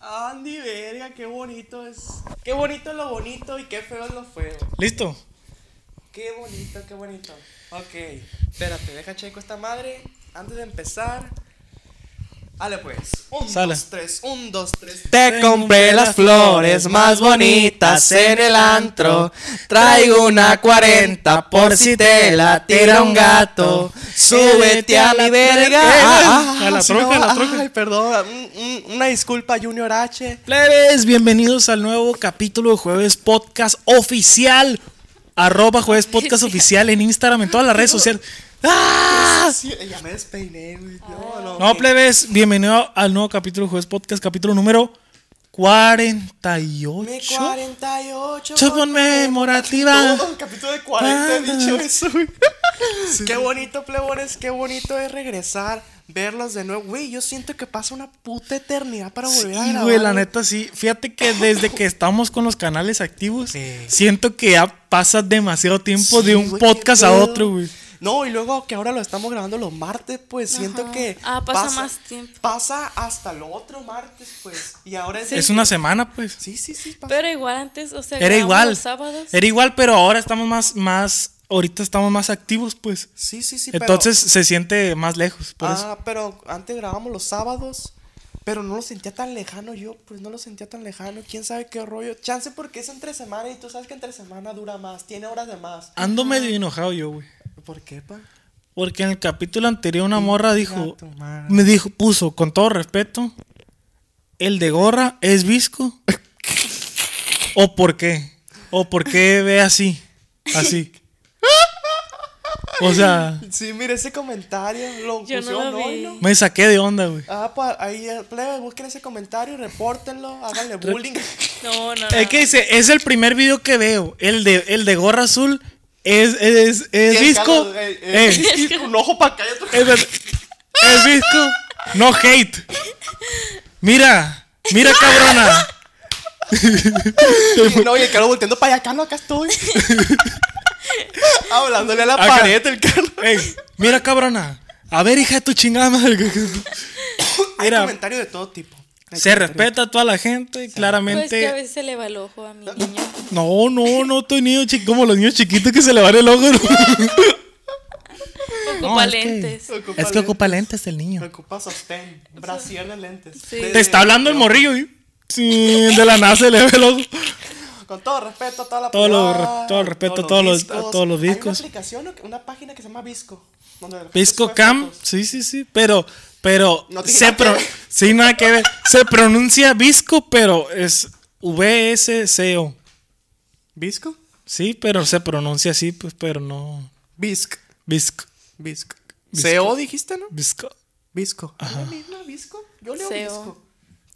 Andy, verga, qué bonito es. Qué bonito es lo bonito y qué feo es lo feo. ¿Listo? Qué bonito, qué bonito. Ok, espérate, deja checo esta madre. Antes de empezar. Ale pues. Un, Sale. dos, tres, un, dos, tres. Te compré las flores más bonitas en el antro. Traigo una 40 por si te la tira un gato. Súbete a mi Eh, verga. Ah, ah, A la si troca, no, a la troca. Ay, perdón. un- un- una disculpa, Junior H. Plebes, bienvenidos al nuevo capítulo de Jueves Podcast Oficial. Arroba Jueves Podcast Oficial en Instagram, en todas las redes sociales. ¡Ah! Sí, ya me despeiné, güey. No, no. No, ok. plebes, bienvenido al nuevo capítulo de Jueves Podcast, capítulo número Mi 48. 48. Ocho conmemorativa. Todo el capítulo de 40 he dicho eso, güey. Qué bonito, plebones, qué bonito es regresar, verlos de nuevo. Güey, yo siento que pasa una puta eternidad para volver a Sí, grabar. güey, la neta sí. Fíjate que desde que estamos con los canales activos, Sí. siento que ya pasa demasiado tiempo Sí, de un güey, qué podcast a pedo. otro, güey. No, y luego que ahora lo estamos grabando los martes, pues siento que. Ah, pasa más tiempo. Pasa hasta el otro martes, pues. Y ahora es. Es una semana, pues. Sí, sí, sí. pasa. Pero igual antes, o sea, Era grabamos igual. los sábados. Era igual, pero ahora estamos más, más, ahorita estamos más activos, pues. Sí, sí, sí. pero- Entonces se siente más lejos, por eso. ah, pero antes grabábamos los sábados, pero no lo sentía tan lejano yo, pues no lo sentía tan lejano, quién sabe qué rollo. Chance porque es entre semana y tú sabes que entre semana dura más, tiene horas de más. Ando medio enojado yo, güey. ¿Por qué, pa? Porque en el capítulo anterior una morra dijo, tu madre. me dijo, puso, con todo respeto, el de gorra es visco. ¿O por qué? ¿O por qué ve así? Así. O sea, Sí, mira ese comentario, lo Yo no pusieron lo hoy, vi. ¿no? me saqué de onda, güey. Ah, pues ahí, eh, plebe, busquen ese comentario, repórtenlo, háganle bullying. No, no, no. Es que dice, es el primer video que veo. El de, el de gorra azul es, es, es Y el disco. Carlos, eh, eh, Eh, es que un ojo para acá y otro. es, ver- es disco. No hate. Mira, mira cabrona. Y no, y el Carlos volteando para allá, Carlos, acá estoy. Hablándole a la Acá. Eh, pared, el Carlos. Ey, mira cabrona. A ver, hija de tu chingada madre. Hay Mira. comentarios de todo tipo. Hay Se respeta a toda la gente, Pues que a claramente. veces se le va el ojo a mi niño. No, no, no, estoy niño chi- como los niños chiquitos que se le van el ojo. Ocupa No, es que- lentes. Ocupa Es que ocupa lentes el niño. Me ocupa sostén, brasier de lentes. Sí. De- Te está hablando el morrillo, ¿eh? Sí, de la nada se le ve el ojo. Con todo respeto a toda la Todo lo- privada, todo el respeto a todos los- a todos los Hay una discos. aplicación, o que- una página que se llama Visco. donde la gente Pisco sube Cam, fotos. sí, sí, sí, pero, pero, No tiene se nada que pro- ver. sí, nada que ver. Se pronuncia Visco, pero es VSCO. ¿Visco? Sí, pero se pronuncia así, pues, pero no. Visc. Visco, Visc. Visco. ¿CO dijiste, no? Visco. Visco. ¿Es la misma Visco? Yo leo Seo. Visco.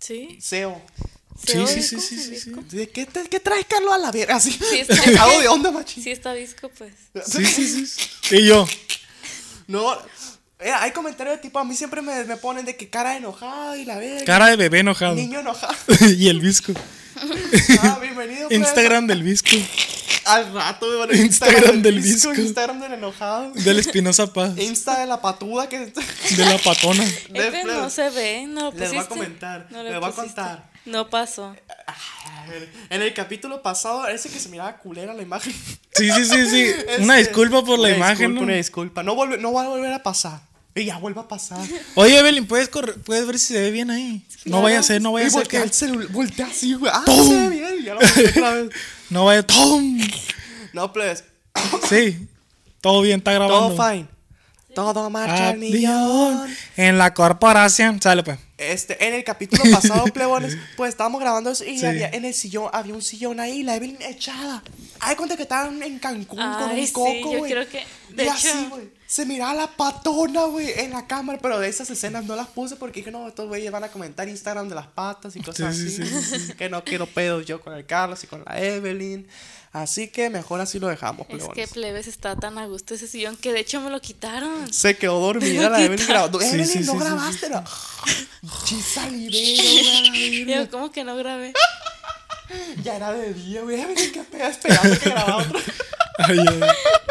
Sí. SEO. ¿Se Sí, sí, oye sí, sí, como se sí, sí. disco? ¿De qué, te- qué traes, Carlos, a la verga? Así. Sí, está bien. Sacado de onda, machín. Si está disco, pues. Sí, sí, sí. Y yo, No. eh, hay comentarios de tipo, a mí siempre me, me ponen de que cara enojada y la verga. cara de bebé enojado. Niño enojado. y el Visco. Ah, bienvenido. pues. Instagram del Visco. Al rato me van a Instagram del visco, visco. Instagram del enojado. Del Espinosa Paz. Insta de la patuda que. De la patona. Es que no Después- se ve, no lo Les voy a pusiste. comentar, No lo les voy a pusiste. contar. No pasó. Ah, En el capítulo pasado, ese que se miraba culera la imagen. Sí, sí, sí, sí. Una Este, disculpa por la una imagen. disculpa, ¿no? Una disculpa. No, vuelve- no va a volver a pasar. Y ya vuelve a pasar. Oye, Evelyn, ¿puedes, corre- puedes ver si se ve bien ahí. No vaya a ser, no vaya y a ser voltea, que. el celu- voltea así, güey. Ah, ¡Pum! se ve bien, ya lo volteé otra vez. No vaya. ¡Tom! No, plebes. Sí. Todo bien, está grabando. Todo fine. Todo marcha al millón. Avión En la corporación. Sale, pues. Este, en el capítulo pasado, plebones, pues estábamos grabando eso y Sí. había, en el sillón había un sillón ahí, la Evelyn echada. Ay, cuenta que estaban en Cancún con Ay, un sí, coco, yo güey. creo que- de y hecho- así, güey. Se miraba la patona, güey, en la cámara, pero de esas escenas no las puse porque dije, no, estos güeyes van a comentar Instagram de las patas y cosas Sí, sí, así. Que no quiero pedos yo con el Carlos y con la Evelyn. Así que mejor así lo dejamos, Es plebones. que plebes está tan a gusto ese sillón que de hecho me lo quitaron. Se quedó dormida la Evelyn grabando. Sí, Evelyn, sí, no sí, sí, sí. grabaste, no. Chisalidero, güey. a la verga. Digo, ¿cómo que no grabé? Ya era de día, güey. Ay, qué pedo esperando que grabara otro. Ay, ay.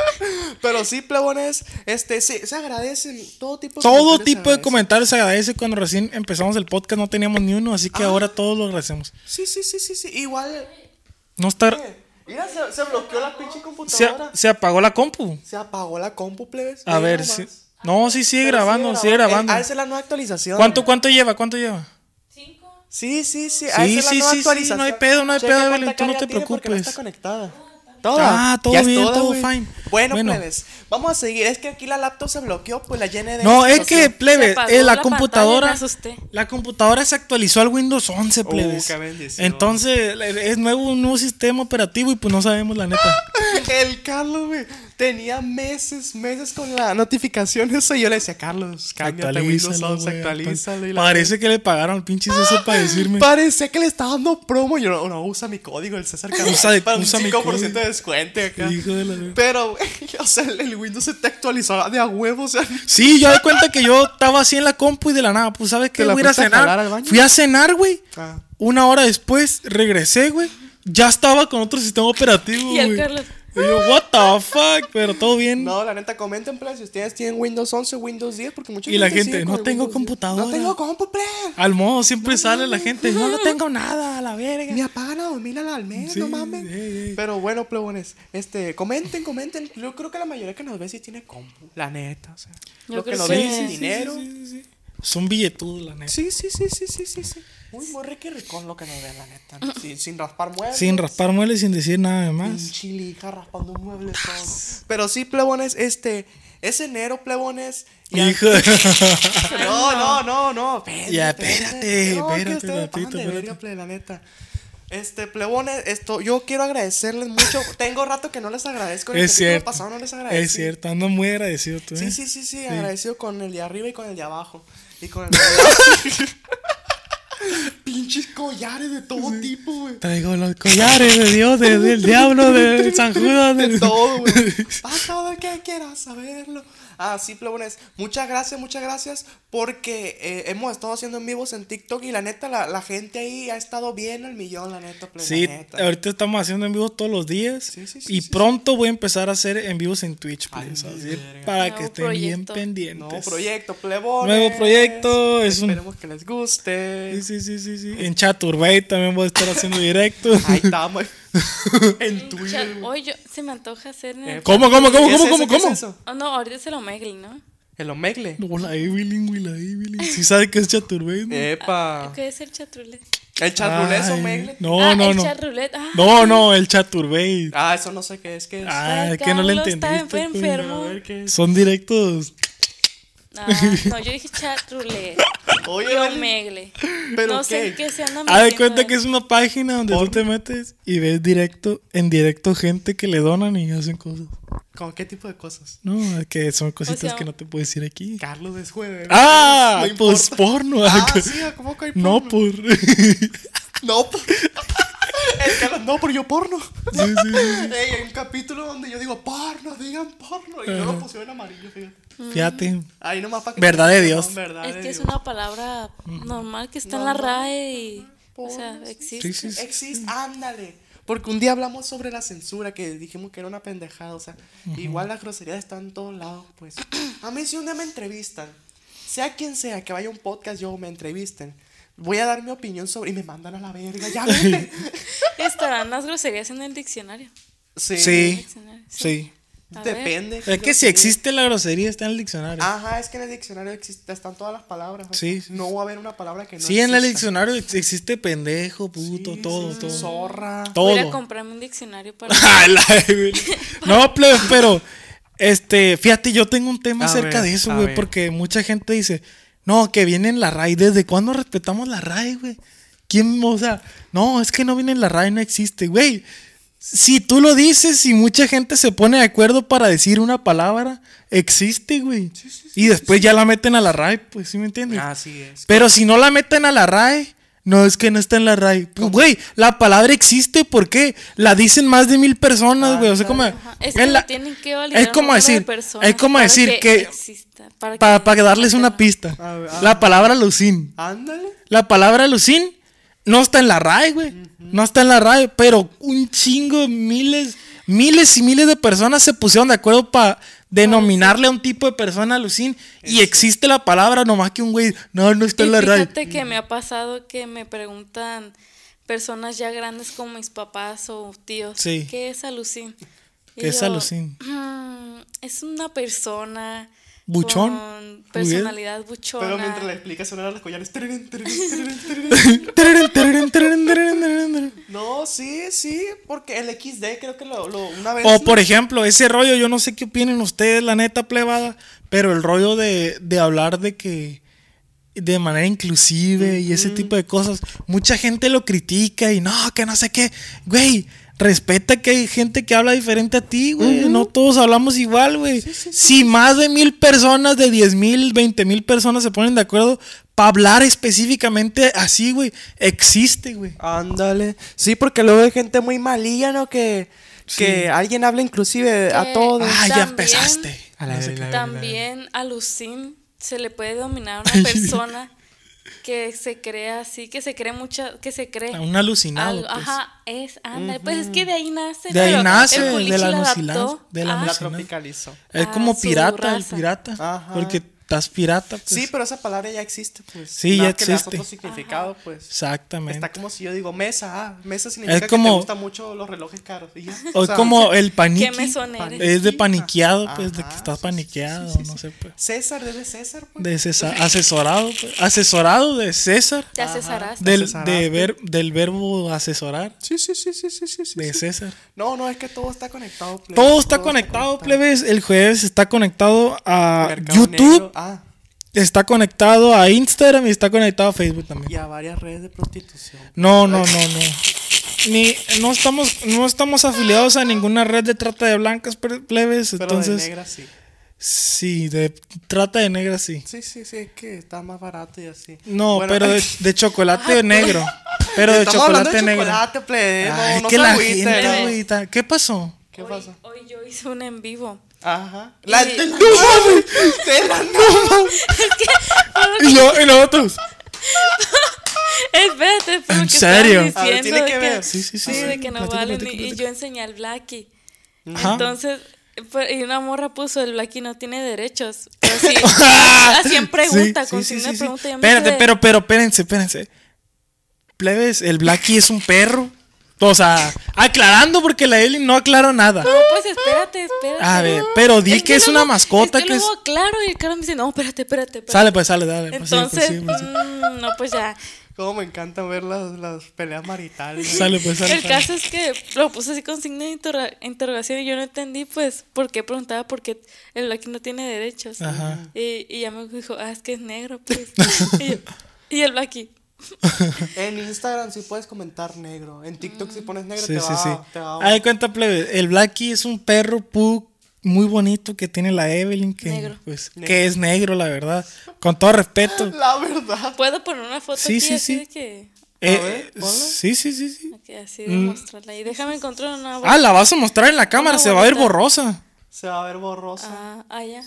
Pero sí, plebones, este, sí, se agradecen todo tipo de Todo comentarios se tipo de agradecen. comentarios se agradece. Cuando recién empezamos el podcast no teníamos ni uno, así que Ah. ahora todos lo agradecemos. Sí, sí, sí, sí, sí. Igual. No está. eh, Mira, se, se bloqueó la pinche Se, computadora. Se, se apagó la compu. apagó la compu, plebes. A Ve ver, nomás. si, no, sí sigue Pero grabando, sigue grabando. Eh, ah, esa es la nueva actualización. ¿Cuánto, ¿Cuánto lleva? ¿Cuánto lleva? Sí, sí, sí. Sí, sí, sí, sí, no hay pedo, no hay pedo, cuánta Evelyn, tú no carga te tiene porque preocupes. No está conectada. Ah, todo Ya es bien, todo güey. fine. Bueno, Bueno. plebes, vamos a seguir. Es que aquí la laptop se bloqueó, pues la llené de. No, es que, explosión. Se plebe, apagó eh, la, la pantalla, computadora. me asusté. La computadora se actualizó al Windows 11, plebes. Uh, qué bendición. Entonces, le- es nuevo, un nuevo sistema operativo y pues no sabemos la neta. El Carlos, güey, tenía meses, meses con la notificación esa. Y yo le decía, Carlos, cámbiate a Windows Actualízalo, 11, güey, actualízalo. y la- Parece que le pagaron al pinche César para decirme. Parecía que le estaba dando promo. Yo no, no, usa mi código, el César Carlos. Usa de- para un usa mi 5% código. de descuento acá. Hijo de la- Pero, güey, o sea, el, el Windows se te actualizaba de a huevo. O sea, Sí, yo me cuenta que yo estaba así en la compu y de la nada, pues sabes ¿Te que la voy a ir a fuiste a jalar al cenar. baño? Fui a cenar, güey. Ah. Una hora después regresé, güey. Ya estaba con otro sistema operativo, Y el güey. Carlos. Y yo, what the fuck, pero todo bien. No, la neta, comenten, please, si ustedes tienen Windows 11, Windows 10, porque mucha Y la gente, sigue con "No el tengo Windows 10". computadora. No tengo compu, please. Al modo siempre sale la gente, no, no tengo nada, a la verga. Ni apagan a 2000 al mes, Sí, no mames. ey, ey. Pero bueno, plebones, este, comenten, comenten. Yo creo que la mayoría que nos ve sí tiene compu, la neta, o sea. Yo lo que creo nos que ve sí, sin sí, sí, dinero. Son billetudos, la neta. Sí, sí, sí, sí, sí, sí, sí. Muy, muy requirricón lo que nos ve, la neta. ¿no? Sin, sin raspar muebles. Sin raspar muebles, sin decir nada de más. Pinche lija raspando un mueble todo. Pero sí, plebones, este, es enero, plebones. ya- Hijo. No, no, no, no. Espérate, Ah, Ya, espérate, No, que espérate, ustedes pasan ratito, de verga, espérate. ple, la neta. Este, plebones, esto, yo quiero agradecerles mucho. Tengo rato que no les agradezco. En el es capítulo cierto. pasado no les agradecí. es cierto, ando muy agradecido tú. Sí, ¿eh? sí, sí, sí, agradecido con el de arriba y con el de abajo. Y con el de abajo. Pinches collares de todo tipo, güey. Traigo los collares de Dios, de- del diablo, de San Judas. De de- todo, güey. Ah, Vas a ver que quieras saberlo. Ah, sí, plebones. Muchas gracias, muchas gracias. Porque eh, hemos estado haciendo en vivos en TikTok y la neta, la, la gente ahí ha estado bien al millón, la neta, plebones. Sí, la neta. ahorita estamos haciendo en vivos todos los días. Sí, sí, sí, y sí, pronto voy a empezar a hacer en vivos en Twitch, Ay, please, mi así, verga. para Nuevo que estén bien proyecto. pendientes. Nuevo proyecto, plebones. Nuevo proyecto, es un- Esperemos que les guste. Sí, sí, sí, sí, sí. En Chaturbay también voy a estar haciendo directo. Ahí estamos. en Twitter. güey. Hoy yo, se me antoja hacer. en el- ¿Cómo, cómo, cómo, ¿Qué es cómo, eso? cómo, ¿Qué es cómo? eso? Oh, no, ahorita se lo megli, ¿no? El omegle. No, la Evelyn, güey, la Evelyn. Si sabe que es Chaturbay, ¿no? Epa. Ah, ¿Qué es el chatrulé? El chatrulé Eh, es Ay, omegle. No, ah, no, el no. chatrulé. Ah, No, no, el Chaturbay. Ah, eso no sé qué es. ¿Qué es? Ah, Ay, es que no le Carlos, está entendiste. bien pues. enfermo. A ver qué es. Son directos. Ah, no, yo dije chatrulé. Oye, Yo vale. megle. ¿Pero no sé qué? en qué se anda Haz Ah, de metiendo cuenta él. que es una página donde tú te metes y ves directo, en directo gente que le donan y hacen cosas. ¿Con qué tipo de cosas? No, es que son cositas sea- que no te puedo decir aquí. Carlos es jueves. Ah, No pues importa. porno. Ah, sí, ¿a ¿cómo que hay porno? no pues. por. Sí, No, pues. por... El Carlos, no, pero yo porno. sí, sí. Ey, hay un capítulo donde yo digo porno, digan porno. Y no lo pusieron amarillo, fíjate. Fíjate. Ahí nomás para que. Verdad de Dios. verdad Es de que es Dios. una palabra normal que está en la RAE y. O sea, Sí, existe. sí, sí. Existe, ándale. Porque un día hablamos sobre la censura, que dijimos que era una pendejada. O sea, igual las groserías están en todos lados, pues. A mí, si un día me entrevistan, sea quien sea que vaya a un podcast, yo me entrevisten. Voy a dar mi opinión sobre. Y me mandan a la verga, ya vete. Estarán las groserías en el diccionario. sí. Sí, Diccionario, sí. A ver. Depende. Es que si existe la grosería, está en el diccionario. Ajá, es que en el diccionario existe, están todas las palabras. o sea, Sí, sí, No va a haber una palabra que no sí, en el exista. diccionario ex- existe pendejo, puto, todo, todo. Zorra. Voy a ir a Todo. comprarme un diccionario para. Ay, la Evelyn. no, plebes, pero este, fíjate, yo tengo un tema A acerca ver, de eso, a güey, ver. porque mucha gente dice, no, que viene en la RAI. ¿Desde cuándo respetamos la RAI, güey? ¿Quién, o sea, no, es que no viene en la RAI, no existe, güey. Si tú lo dices y mucha gente se pone de acuerdo para decir una palabra, existe, güey. y después ya la meten a la RAI, pues, ¿sí me entiendes? Así es. Pero si no la meten a la RAE, no es que no está en la RAE. Pues, güey, la palabra existe, ¿por qué? La dicen más de mil personas, güey. O sea, como. Ajá. Es en que lo la- tienen que validar. es como un número de decir, personas es como para decir que. exista, para, Para que- darles una pista. A ver, La palabra lucín. Ándale. La palabra lucín no está en la RAE, güey. No está en la RAE, pero un chingo, miles. miles y miles de personas se pusieron de acuerdo para denominarle a un tipo de persona, Lucín, y existe la palabra, nomás que un güey, no, no está Y en la radio. fíjate que me ha pasado que me preguntan personas ya grandes como mis papás o tíos, Sí. ¿qué es alucin? Y ¿Qué es yo, alucin? "Mm, es una persona ¿Buchón? con personalidad buchona. Pero mientras le explicas sonar a los collares. "Tararán, tararán, tararán, tararán". Tararán, tararán, tararán, tararán, tararán. No, sí, sí, porque el XD creo que lo, lo- una vez. O por ejemplo, ese rollo, yo no sé qué opinen ustedes, la neta plebada, pero el rollo de, de hablar de que de manera inclusive y ese tipo de cosas, mucha gente lo critica y no, que no sé qué, güey. Respeta que hay gente que habla diferente a ti, güey. No todos hablamos igual, güey. Si más de mil personas, de diez mil, veinte mil personas se ponen de acuerdo para hablar específicamente así, güey, existe, güey. Ándale. Sí, porque luego hay gente muy malilla, ¿no? Que, que alguien habla inclusive a Que- todos. Ah, ya También- empezaste. A la No sé verga, qué. También alucin se le puede dominar a una persona que se cree así, que se cree mucha, que se cree A un alucinado. algo. pues. Ajá, es, ándale, pues es que de ahí nace. De ahí pero nace, el culichi de la la alucin- adaptó Ah, de la a- La alucin- tropicalizó. Es Ah, como su pirata, el raza. pirata. Ajá. Porque estás pirata. pues. Sí, pero esa palabra ya existe, pues. Sí, Nada ya que le das existe. otro significado, pues. Exactamente. Está como si yo digo mesa, ah, mesa significa que como- te gustan mucho los relojes caros. y ya. O es sea, como el paniqui. ¿Qué me son eres? Es de paniqueado, pues, de que Ajá, estás sí, sí, paniqueado, sí, sí, no sí. sé, pues. César, debe César, pues. De César, asesorado, pues. Asesorado de César. Te acesaraste. Del, Asesoraste. de ver, del verbo asesorar Sí, sí, sí, sí, sí, sí, sí. de César. No, no, es que todo está conectado, plebe. Todo está conectado, plebes. El jueves está conectado a Mercado YouTube, negro, ah, está conectado a Instagram y está conectado a Facebook también. y a varias redes de prostitución. No, no, no, no. Ni, no estamos, no estamos afiliados a ninguna red de trata de blancas pre- plebes, Pero entonces de negra sí. sí, de trata de negras sí. Sí, sí, sí, es que está más barato y así. No, Bueno, pero de, de chocolate negro, pero de Estamos hablando chocolate de negro. chocolate, plebe. Ay, no, no que se la agüiten, gente, ¿no? güey. güey, ¿Qué pasó? ¿Qué hoy, pasa? hoy yo hice un en vivo. Ajá. La, Y- de la, de la- Y lo, y nosotros. Espérate, pero ¿En que serio? A estabas ver, diciendo tiene que de ver. Sí, sí, sí. Sí, sí. de que no Platica, valen. platica, y- Y platica. yo enseñé al Blacky. Ajá. Entonces, fue- y una morra puso: el Blacky no tiene derechos. Pero sí, así en pregunta, Sí, con sí, signo sí, de sí. pregunta. yo me Espérate, quedé, pero, pero, espérense, espérense. Plebes, el Blackie es un perro. O sea, aclarando porque la Eli no aclaró nada. No, pues espérate, espérate. A ver, pero di que es una luego- mascota, es que, que es- luego, claro, y el cara me dice: no, espérate, espérate. espérate". Sale, pues, sale, dale. pues, sí, pues, Entonces, sí, pues, sí. mm, no, pues ya. Cómo me encanta ver las, las peleas maritales. Sale, pues, sale. El sale. caso es que lo puse así con signo de interro- interrogación y yo no entendí, pues, por qué preguntaba por qué el Blacky no tiene derechos. Ajá. Y, y ya me dijo, ah, es que es negro, pues. y, yo- y el Blacky. En Instagram sí puedes comentar negro. En TikTok si pones negro Sí, te, sí, va, sí. te va Haz de cuenta, plebe. El Blackie es un perro pug muy bonito que tiene la Evelyn, que, Negro. pues, que es negro, la verdad. Con todo respeto. La verdad. ¿Puedo poner una foto Sí, aquí sí, así sí. de que... Eh, ver, ponla. sí, sí, sí, sí. ok, así de Mm. mostrarla. Y déjame encontrar una... Ah, la vas a mostrar en la cámara, Una se va a ver bonita. borrosa. Se va a ver borrosa. Ah, ah, ya.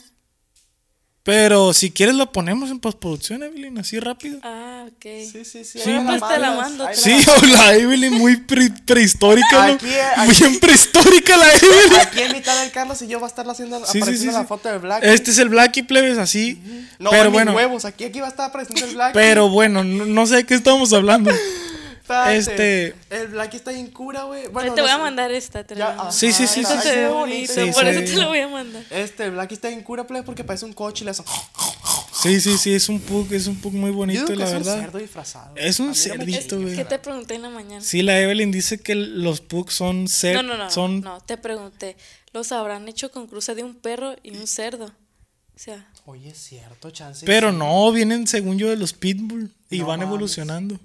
Pero si quieres la ponemos en postproducción, Evelyn, así rápido. Ah, ok. Sí, sí, sí. Sí, ahí pues te la mandas, mando. ahí Sí, o la Evelyn muy pre- prehistórica, ¿no? Aquí, eh, aquí. Bien prehistórica la Evelyn. Aquí en mitad del Carlos y yo va a estar haciendo, Sí, sí, apareciendo sí, la sí. foto del Black. Este es el Blackie Plebes, así. no, pero en mis bueno, huevos. Aquí, aquí va a estar apareciendo el Black. pero bueno, no, no sé de qué estamos hablando. este- El Black está bien cura, güey. Bueno, te no voy a sé. mandar esta, te la Ya, mando. ajá, Sí, sí, sí, está- ay, sí, Esta se se ve ve bonito, sí, por se eso ve. te la voy a mandar. Este, el Black está bien cura, plebe, porque parece un coche y le hace. "Ah, Sí, sí, sí, es un pug, es un pug muy Yo bonito, digo que la es verdad. un cerdo disfrazado. Ah, Es un A mí no me cerdito, güey. ¿Qué te pregunté en la mañana? Sí, la Evelyn dice que los pugs son ser, No, no, no, son no, te pregunté. ¿Los habrán hecho con cruza de un perro y un cerdo? O sea, Oye, es cierto, chance. pero no, vienen según yo de los pitbull y No van mames. evolucionando.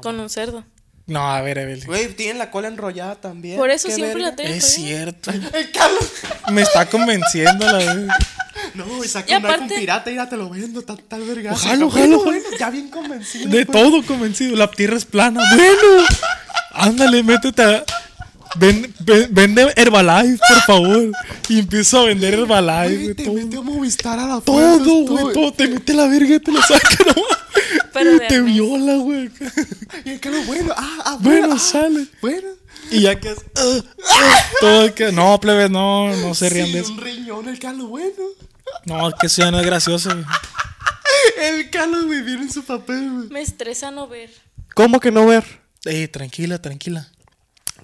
con un cerdo. No, a ver, Evelyn. Güey, tienen la cola enrollada también. Por eso qué siempre la verga. tengo. Es cierto. El Carlos. Me está convenciendo la Evelyn. No, y Y saca un iPhone aparte- pirata y ya te lo vendo, tal, tal verga. Ojalá, Bueno, ojalá, bueno, Ya bien convencido. De pues. todo convencido. La tierra es plana. Bueno. Ándale, métete a... Ven- ven- vende Herbalife, por favor. Y empiezo a vender Herbalife. Güey, de te todo. metió a Movistar a la fuerza, Todo, güey. estoy- Todo. Te mete la verga y te lo saca, Pero no. de Te armas. viola, güey. Y el Carlos, bueno, ah, ah, Bueno, ah, sale. Bueno. Y ya que es. todo que. No, plebes, no, no se rían Sí, de eso. un riñón, el calo bueno. No, es que eso ya no es gracioso, güey. El calo, güey, viene en su papel, güey. Me estresa no ver. ¿Cómo que no ver? Ey, tranquila, tranquila.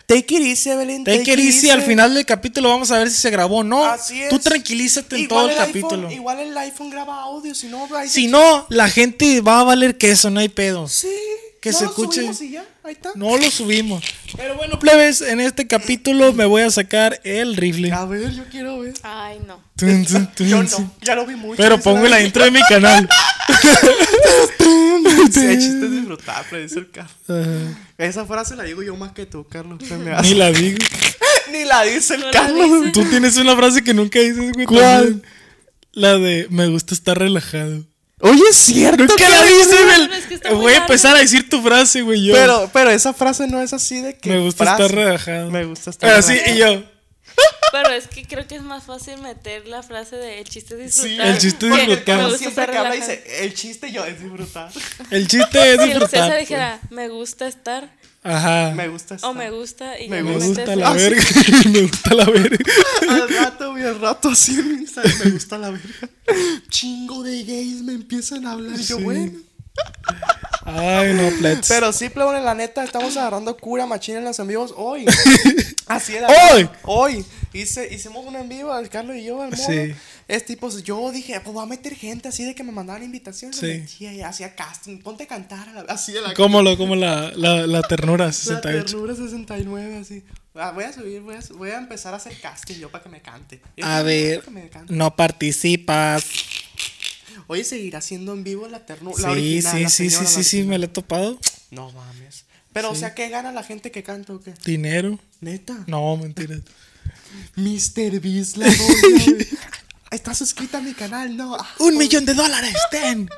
Take it easy, Evelyn. Te que easy. al final del capítulo vamos a ver si se grabó o no. Así es. Tú tranquilízate en todo el iPhone- capítulo. igual el iPhone graba audio, si no, ahí Si no, la gente va a valer queso, no hay pedos. Sí. que no se lo escuche. subimos y ya, ahí está. No lo subimos. Pero bueno, plebes, en este capítulo me voy a sacar el rifle. A ver, yo quiero ver. Ay, no. Tun, tun, tun, Yo tun. no, ya lo vi mucho. Pero dice pongo la intro de mi canal. Sí, el chiste es disfrutar, pero dice el Carlos. Ajá. Esa frase la digo yo más que tú, Carlos. se me Ni hace. la digo. Ni la dice el No la Carlos. dice. Tú tienes una frase que nunca dices, güey. ¿Cuál? también. La de me gusta estar relajado. Oye, es cierto. ¿Qué la Carlos. dices, no, es que está güey? muy Voy a larga. empezar a decir tu frase, güey. Yo. Pero, pero esa frase no es así de que. me gusta frase. estar relajado. Me gusta estar Pero sí, relajado. y yo. Pero es que creo que es más fácil meter la frase de el chiste es disfrutar. el chiste es que Porque el disfrutar. me Carlos gusta siempre estar que habla relajada. dice el chiste yo es disfrutar. El chiste es Si el César disfrutar. pues. dijera, me gusta estar güey. Ajá. Me Me, gusta estar. o me gusta y Me ya gusta metes la el- verga. me gusta la verga. Al rato, güey, al rato así en Instagram me gusta la verga. Chingo de gays me empiezan a hablar. Y yo, Sí. bueno. Ay, no, plebes. Pero sí, plebones, la neta, estamos agarrando cura machina en los en vivos hoy. Así era. Hoy. Hoy. Hice- hicimos un en vivo, al Carlos y yo, al mono. Sí. Es tipo, yo dije, pues voy a meter gente así de que me mandaban invitaciones. Sí. me metía y hacía casting, ponte a cantar, a la- así de la Como lo, como la, la, la ternura La 68. ternura 69, así. Ah, voy a subir, voy a, su- voy a empezar a hacer casting yo para que me cante. Yo A también ver, para que me cante. no participas. Oye, seguirá siendo en vivo la ternura. la Sí, original, sí, la sí, sí, señora, la sí, sí, original. me lo he topado. No mames. Pero, o sea, ¿qué gana la gente que canta o qué? Dinero. Neta. No, mentira. Mr. Beast, la doña, güey. Está suscrita a mi canal, no. Ah, Un millón de dólares, ten.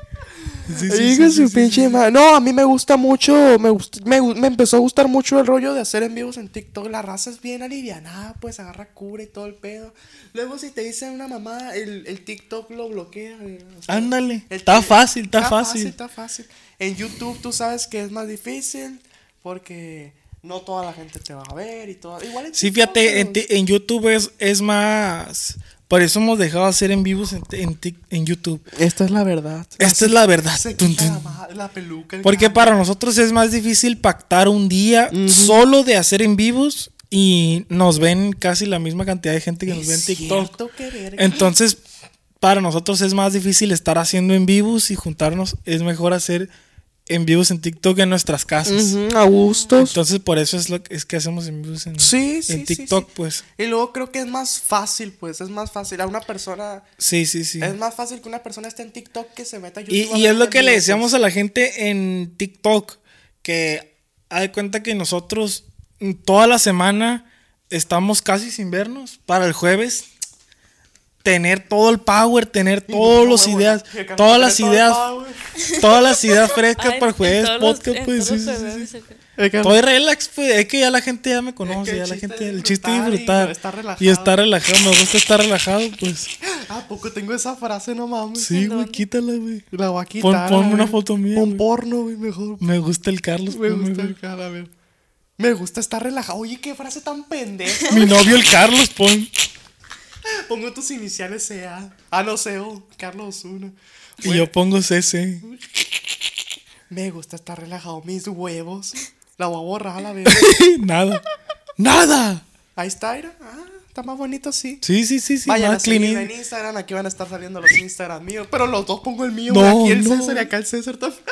Sí, sí, Hijo de sí, sí, su sí. pinche madre. No, a mí me gusta mucho, me, gust- me, gu- me empezó a gustar mucho el rollo de hacer en vivos en TikTok. La raza es bien alivianada, pues agarra cura y todo el pedo. Luego si te dicen una mamá, el, el TikTok lo bloquea. güey. O sea, Ándale. el Está tic- fácil, está fácil. Está fácil. En YouTube tú sabes que es más difícil porque no toda la gente te va a ver y todo. Igual en Sí, TikTok, fíjate, en, pero- ti- en YouTube es, es más. Por eso hemos dejado de hacer en vivos en, en, tic- en YouTube. Esta es la verdad. Esta es la verdad. Se Tun, quita la, tun. ma- la peluca. el Porque cabello. para nosotros es más difícil pactar un día solo de hacer en vivos y nos ven casi la misma cantidad de gente que nos ve en Es TikTok. cierto, qué verga. Entonces, para nosotros es más difícil estar haciendo en vivos y juntarnos. Es mejor hacer en vivos en TikTok en nuestras casas. Ujú, a gustos. Entonces, por eso es lo que, es que hacemos en vivos en, Sí, sí, en sí, TikTok, sí. pues. Y luego creo que es más fácil, pues, es más fácil. A una persona. Sí, sí, sí. Es más fácil que una persona esté en TikTok que se meta a Y, YouTube. a y ver es lo que le videos, decíamos pues. a la gente en TikTok, que hay cuenta que nosotros mm, toda la semana estamos casi sin vernos para el jueves tener todo el power, tener todas no, las huevo, ideas, y acá todas tener las todo el ideas, power. todas las ideas frescas Ay, para el jueves, en todos los- podcast, en pues sí, todos sí, sí, los sí. jueves acá. Estoy relax, pues, es que ya la gente ya me conoce, el ya la chiste gente, es el chiste es disfrutar disfrutar. y estar y relajado. estar relajado, me gusta estar relajado, pues. Ah, poco tengo esa frase, no mames. Sí, ¿En güey, dónde? quítala, güey. La voy a Pon- quitar, ponme a ver. una foto mía, Pon güey. porno, güey, mejor. Me gusta el Carlos. Me pues, gusta me- el cara, a ver. Me gusta estar relajado. Oye, qué frase tan pendeja. Mi novio el Carlos, pon. Pongo tus iniciales CA. Ah, no, CO. Carlos Una. Y yo pongo CC. Me gusta estar relajado. Mis huevos. La voy a borrar a la vez. Nada. ¡Nada! Ahí está, mira. Ah, está más bonito, sí. Sí, sí, sí, sí. Vayan a más clean seguir in. en Instagram. Aquí van a estar saliendo los Instagram míos. Pero los dos pongo el mío. No, güey, aquí el no. César y acá el César también.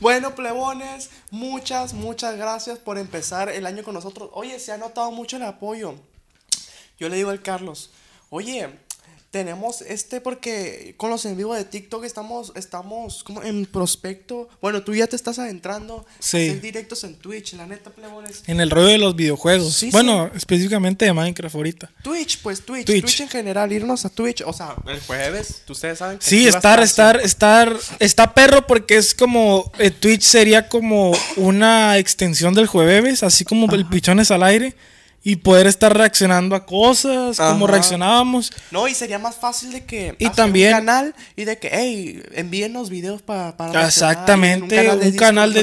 Bueno, plebones, muchas, muchas gracias por empezar el año con nosotros. Oye, se ha notado mucho el apoyo. Yo le digo al Carlos, oye, tenemos este porque con los en vivo de TikTok estamos, estamos como en prospecto. Bueno, tú ya te estás adentrando. Sí. Hacer directos en Twitch, la neta, plebones. En el rollo de los videojuegos. Sí, bueno, específicamente de Minecraft ahorita. Twitch, pues Twitch, Twitch, Twitch. en general, irnos a Twitch, o sea, el jueves, ustedes saben que Sí, aquí va a estar, estar estar, estar. Está perro porque es como. eh, Twitch sería como una extensión del jueves, así como el pichones al aire. y poder estar reaccionando a cosas como Ajá. reaccionábamos. No, y sería más fácil de que Y hacer también- un canal y de que, hey, envíennos videos pa- para reaccionar", y Exactamente, un canal de,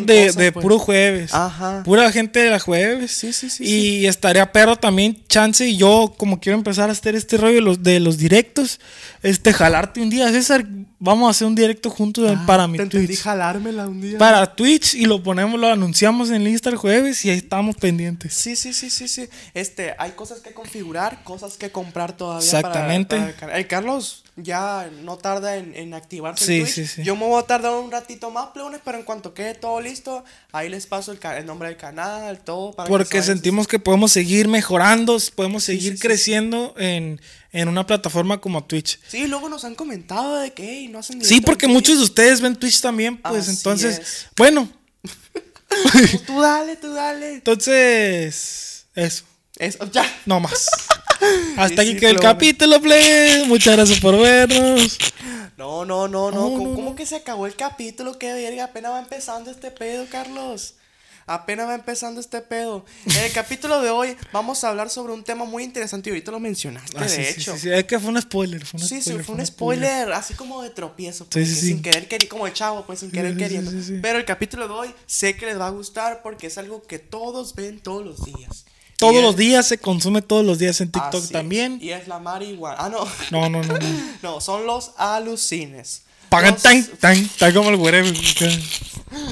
Discord, ¿por qué de, nos envíen de cosas, pues? puro jueves. Ajá. Pura gente de la jueves. Sí, sí, sí, Y estaría perro también, chance. Y yo, como quiero empezar a hacer este rollo de los, de los directos, este, jalarte un día, César. Vamos a hacer un directo juntos Ah, para mi te entendí Twitch. jalármela un día. Para Twitch y lo ponemos, lo anunciamos en el Insta el jueves y ahí estamos pendientes. Sí, sí, sí, sí, sí. Este, hay cosas que configurar, cosas que comprar todavía. Exactamente. para- para el can- el Carlos ya no tarda en, en activarse. en Sí, Twitch. sí, sí. Yo me voy a tardar un ratito más, plebes, pero en cuanto quede todo listo, ahí les paso el, ca- el nombre del canal, todo. Para que se Porque vayan- sentimos que podemos seguir mejorando, podemos seguir sí, sí. creciendo En, en una plataforma como Twitch. Sí, luego nos han comentado de que "Ey, no hacen Sí, directo en porque Twitch". muchos de ustedes ven Twitch también, pues Así entonces, es. bueno, Tú, tú dale, tú dale. entonces, eso, Eso, ya. no más. Hasta Sí, aquí sí, quedó el claro. capítulo, plebes. Muchas gracias por vernos. No, no, no, no. No, ¿Cómo, Oh, no, cómo que se acabó el capítulo? Qué verga. Apenas va empezando este pedo, Carlos. Apenas va empezando este pedo. En el capítulo de hoy vamos a hablar sobre un tema muy interesante y ahorita lo mencionaste, Ah, de sí, sí, hecho. sí, Sí, sí, Es que fue un spoiler. Fue un sí, spoiler, fue un spoiler, así como de tropiezo, pues, sí, que sí. sin querer queriendo, como de chavo, pues sin querer sí, sí, queriendo. sí, sí. Pero el capítulo de hoy sé que les va a gustar porque es algo que todos ven todos los días. Todos Y los es- días se consume, todos los días en TikTok así es. también. Y es la marihuana. Ah, no. No, no, no. no. No, son los alucines. Pagan Los- tan, tan, tan como el whatever.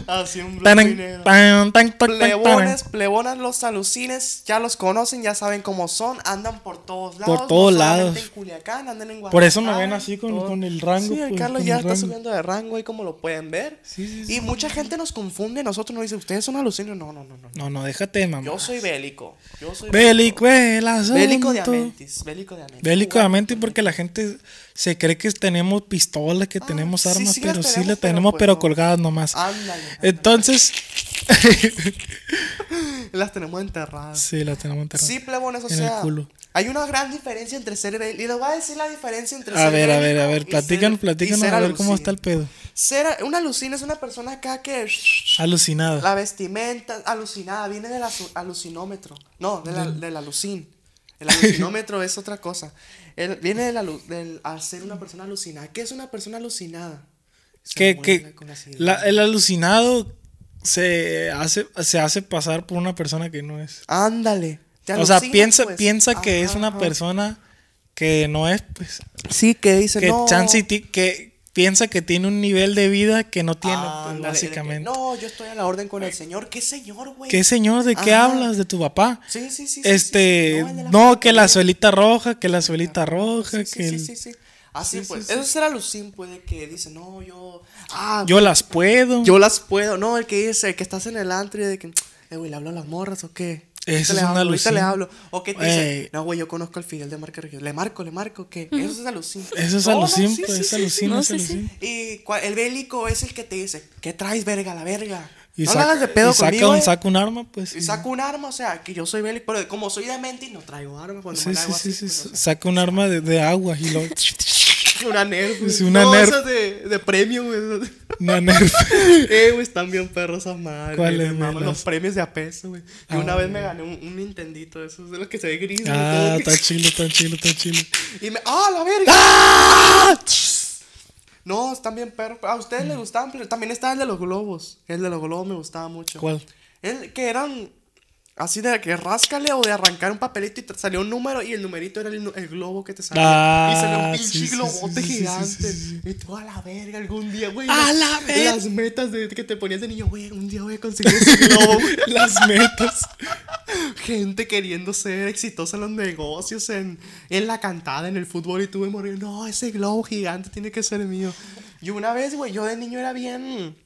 Así un blanco y Tan, negro. tan, tan, tan, tan. Plebones, plebonas, los alucines, ya los conocen, ya saben cómo son, andan por todos lados. Por todos no solamente lados. En Culiacán, andan en Guadalajara. Por eso me ven así con- todo. con el rango, Sí, el pues, Carlos con ya el está rango. subiendo de rango ahí como lo pueden ver. Sí, sí, y mucha gente nos confunde, nosotros nos dice, ustedes son alucines. No, no, no, no. No, no, déjate, mamá. Yo soy bélico. Yo soy Bélico, el asunto. Bélico de Amentis. Bélico de Amentis. Bélico de mente porque la gente se cree que tenemos pistolas, que tenemos Ah, sí, armas, sí las pero sí tenemos, las pero tenemos, pues pero no. Ah. colgadas nomás. Ándale. ándale. Entonces, Las tenemos enterradas. sí, las tenemos enterradas. Sí, plebones, o En el sea, culo. hay una gran diferencia entre ser bélico. Y les voy a decir la diferencia entre a ser ver, a ver, a bélico ver, y platican, ser- platican, y ser a ver cómo alucine. está el pedo. Ser a- un alucina es una persona acá que Alucinado. la vestimenta alucinada viene del azu- alucinómetro. No, del, al- del alucin. El alucinómetro es otra cosa. El- viene del, alu- del al ser una persona alucinada. ¿Qué es una persona alucinada? Se que, mueve que con las la- eh, ideas. el alucinado se hace, se hace pasar por una persona que no es. Ándale. te o sea, alucinas, piensa, pues. piensa que Ajá, es una ajá. persona que no es, pues. Sí, que dice que no. chance y ti- que piensa que tiene un nivel de vida que no tiene, pues, Ah, Ándale, de que, básicamente. no, yo estoy a la orden con el señor. ¿Qué señor, güey? ¿Qué señor? ¿De qué Ajá. hablas? ¿De tu papá? Sí, sí, sí. sí, sí. este, el de no, la que la factoría. suelita roja, que la suelita roja, Sí, sí, que sí, el- sí, sí. Así Sí, pues. sí, Eso será Lucín, puede que dice, no, yo. Ah, yo, yo las puedo. las puedo. No, el que dice que estás en el antro y de que, eh, güey, le hablo a las morras o qué. Ahorita le Eso es un hablo, ahorita alucín. le hablo. O que te Ey. dice, no, güey, yo conozco al Fidel de Marca Región. Le marco, le marco, ¿qué? Eso es alucín. Eso es No, no, alucin, sí, pues, sí, es sí, alucin, No, es sí, sí. alucin. Y cua- el bélico es el que te dice, ¿qué traes, verga, la verga? Y no saca- le hagas de pedo y saca conmigo. un, eh. saca un arma, pues. Y y- saco un arma, o sea, que yo soy bélico, pero como soy de mente no traigo arma cuando sí, me sí, la hago sí, así, sí, pues, sa- saca un arma de, de agua y lo. o sea, Una nerf. güey. Es una no, Nerf. esas de, de premio, güey. una nerf. eh, güey, están bien perros esas madres. ¿Cuál güey, es, me güey? maman Las- los premios de a peso, güey. Yo Ah, una vez me güey. gané un, un Nintendito, de esos de los que se ve gris. güey, Ah, todo está gris. chilo, está chilo, está chilo. Y me. ¡Ah, la verga! ¡Ah! No, están bien perros. A ustedes les gustaban, pero también estaba el de los globos. El de los globos me gustaba mucho. ¿Cuál? El que eran así de que ráscale o de arrancar un papelito y te salió un número y el numerito era el, nu- el globo que te salió. y salió Ah, un pinche sí, sí, globote sí, sí, sí, gigante. sí, sí, Y tú a la verga algún día, güey. ¡A las- la verga! Las metas de, que te ponías de niño, güey, un día voy a conseguir ese globo. güey. Las metas. Gente queriendo ser exitosa en los negocios, en, en la cantada, en el fútbol y tú me morir. No, ese globo gigante tiene que ser mío. Y una vez, güey, yo de niño era bien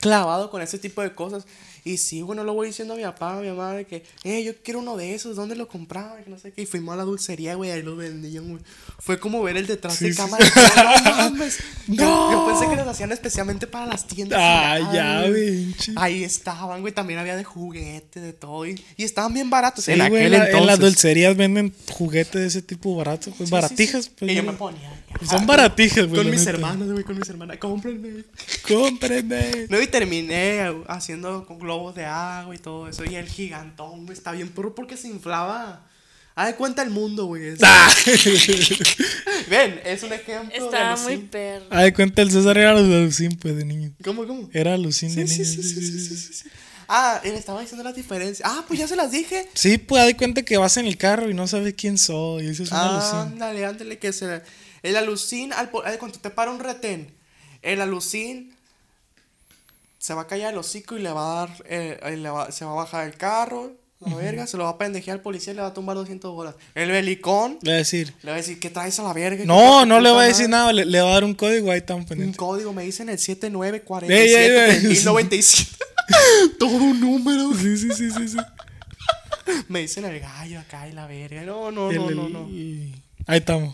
clavado con ese tipo de cosas. Y sí, güey, no lo voy diciendo a mi papá, a mi mamá, de que, eh, yo quiero uno de esos, ¿dónde lo compraba? Que no sé qué. Y fuimos a la dulcería, güey, ahí lo vendían, güey. Fue como ver el detrás Sí, de sí, cámara. sí. No mames. Yo- Yo, No. pensé que los hacían especialmente para las tiendas. y Ah, nada, ya, güey. pinche. Ahí estaban, güey. También había de juguete, de todo. Y, y estaban bien baratos. Sí, en güey, aquel la- entonces. en las dulcerías venden juguetes de ese tipo barato, pues Sí, sí, baratijas. sí. pues, y yo me güey. ponía. Son baratijas, güey. Con la mis neta. hermanos, güey, con mis hermanas. Cómprenme. Cómprenme. No, y terminé haciendo con globos de agua y todo eso. Y el gigantón, güey, está bien puro porque se inflaba. Haz de cuenta el mundo, güey. es- Ah. Ven, es un ejemplo. de Estaba muy alucin- perro. Ah, de cuenta, el César era alucín, pues, de niño. ¿Cómo, cómo? Era alucín de Sí, niño. sí, sí, sí, sí, sí, sí, sí. Ah, él estaba diciendo las diferencias. Ah, pues ya se las dije. Sí, pues, haz de cuenta que vas en el carro y no sabes quién soy. Eso es un alucín. Ándale, ándale, que se. El alucín, al, po- al- cuando te para un retén, el alucín se va a callar el hocico y le va a dar. eh, eh, le va- se va a bajar el carro, la verga, se lo va a pendejear al policía y le va a tumbar 200 bolas. El belicón Le va a decir. le va a decir, ¿qué traes a la verga? No, ¿Qué no le va a puta decir madre?" nada, le, le va a dar un código ahí tan Un pendiente. código me dicen el Ey, ey, ey. 79479497. Todo un número. Sí, sí, sí, sí, sí. Me dicen el gallo acá y la verga. No, no, El- no, el- no, no. Ahí estamos.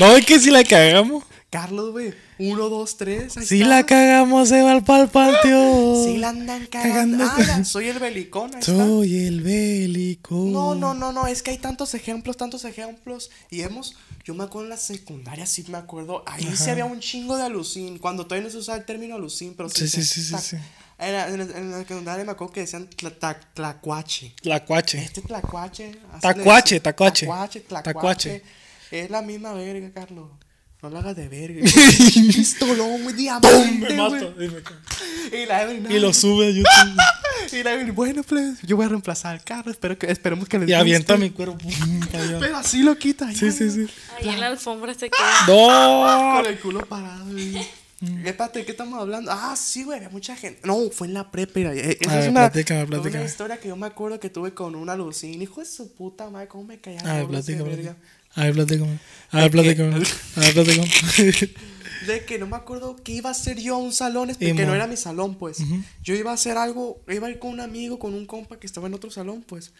No, es que si la cagamos. Carlos, güey. Uno, dos, tres. ahí Si está. la cagamos, se va pa'l patio. Sí la andan cagando. Cagando. Ah, soy el belicón, ahí está. Soy el bélico. No, no, no, no, es que hay tantos ejemplos, tantos ejemplos. Y hemos, yo me acuerdo en la secundaria, sí me acuerdo, ahí se había un chingo de alucín, cuando todavía no se usaba el término alucín, pero sí. Sí, sí, se- sí, sí, tac- sí. Era- en, la- en la secundaria me acuerdo que decían tla- tac- tlacuache. Tlacuache. Este tlacuache. así le Tacuache, decían. tacuache. Tacuache, tlacuache. Tacuache. Es la misma verga, Carlos. No la hagas de verga. Pistolón, güey, diamante, Este güey. Y la Evelyn, Y lo "Ay, sube a YouTube. y la Evelyn, bueno, pues, yo voy a reemplazar el carro, espero que, esperemos que les y avienta mi guste". cuerpo. Pero así lo quita. Sí, sí, sí. Ahí en la alfombra Ah, se queda. ¡No! Con el culo parado. güey. Mm. Espérate, ¿qué estamos hablando? Ah, sí, güey, había mucha gente. No, fue en la prepa. era- eh, Esa A es ver, una, platícame, una platícame. historia que yo me acuerdo que tuve con un alucín. Hijo de su puta madre, ¿cómo me caía? A ver, gordo ese platícame. verga? A ver, platícame. A ver, platícame. A ver, platícame. De que no me acuerdo que iba a hacer yo a un salón, es Y que mo- no era mi salón, pues. Yo iba a hacer algo, iba a ir con un amigo, con un compa que estaba en otro salón, pues.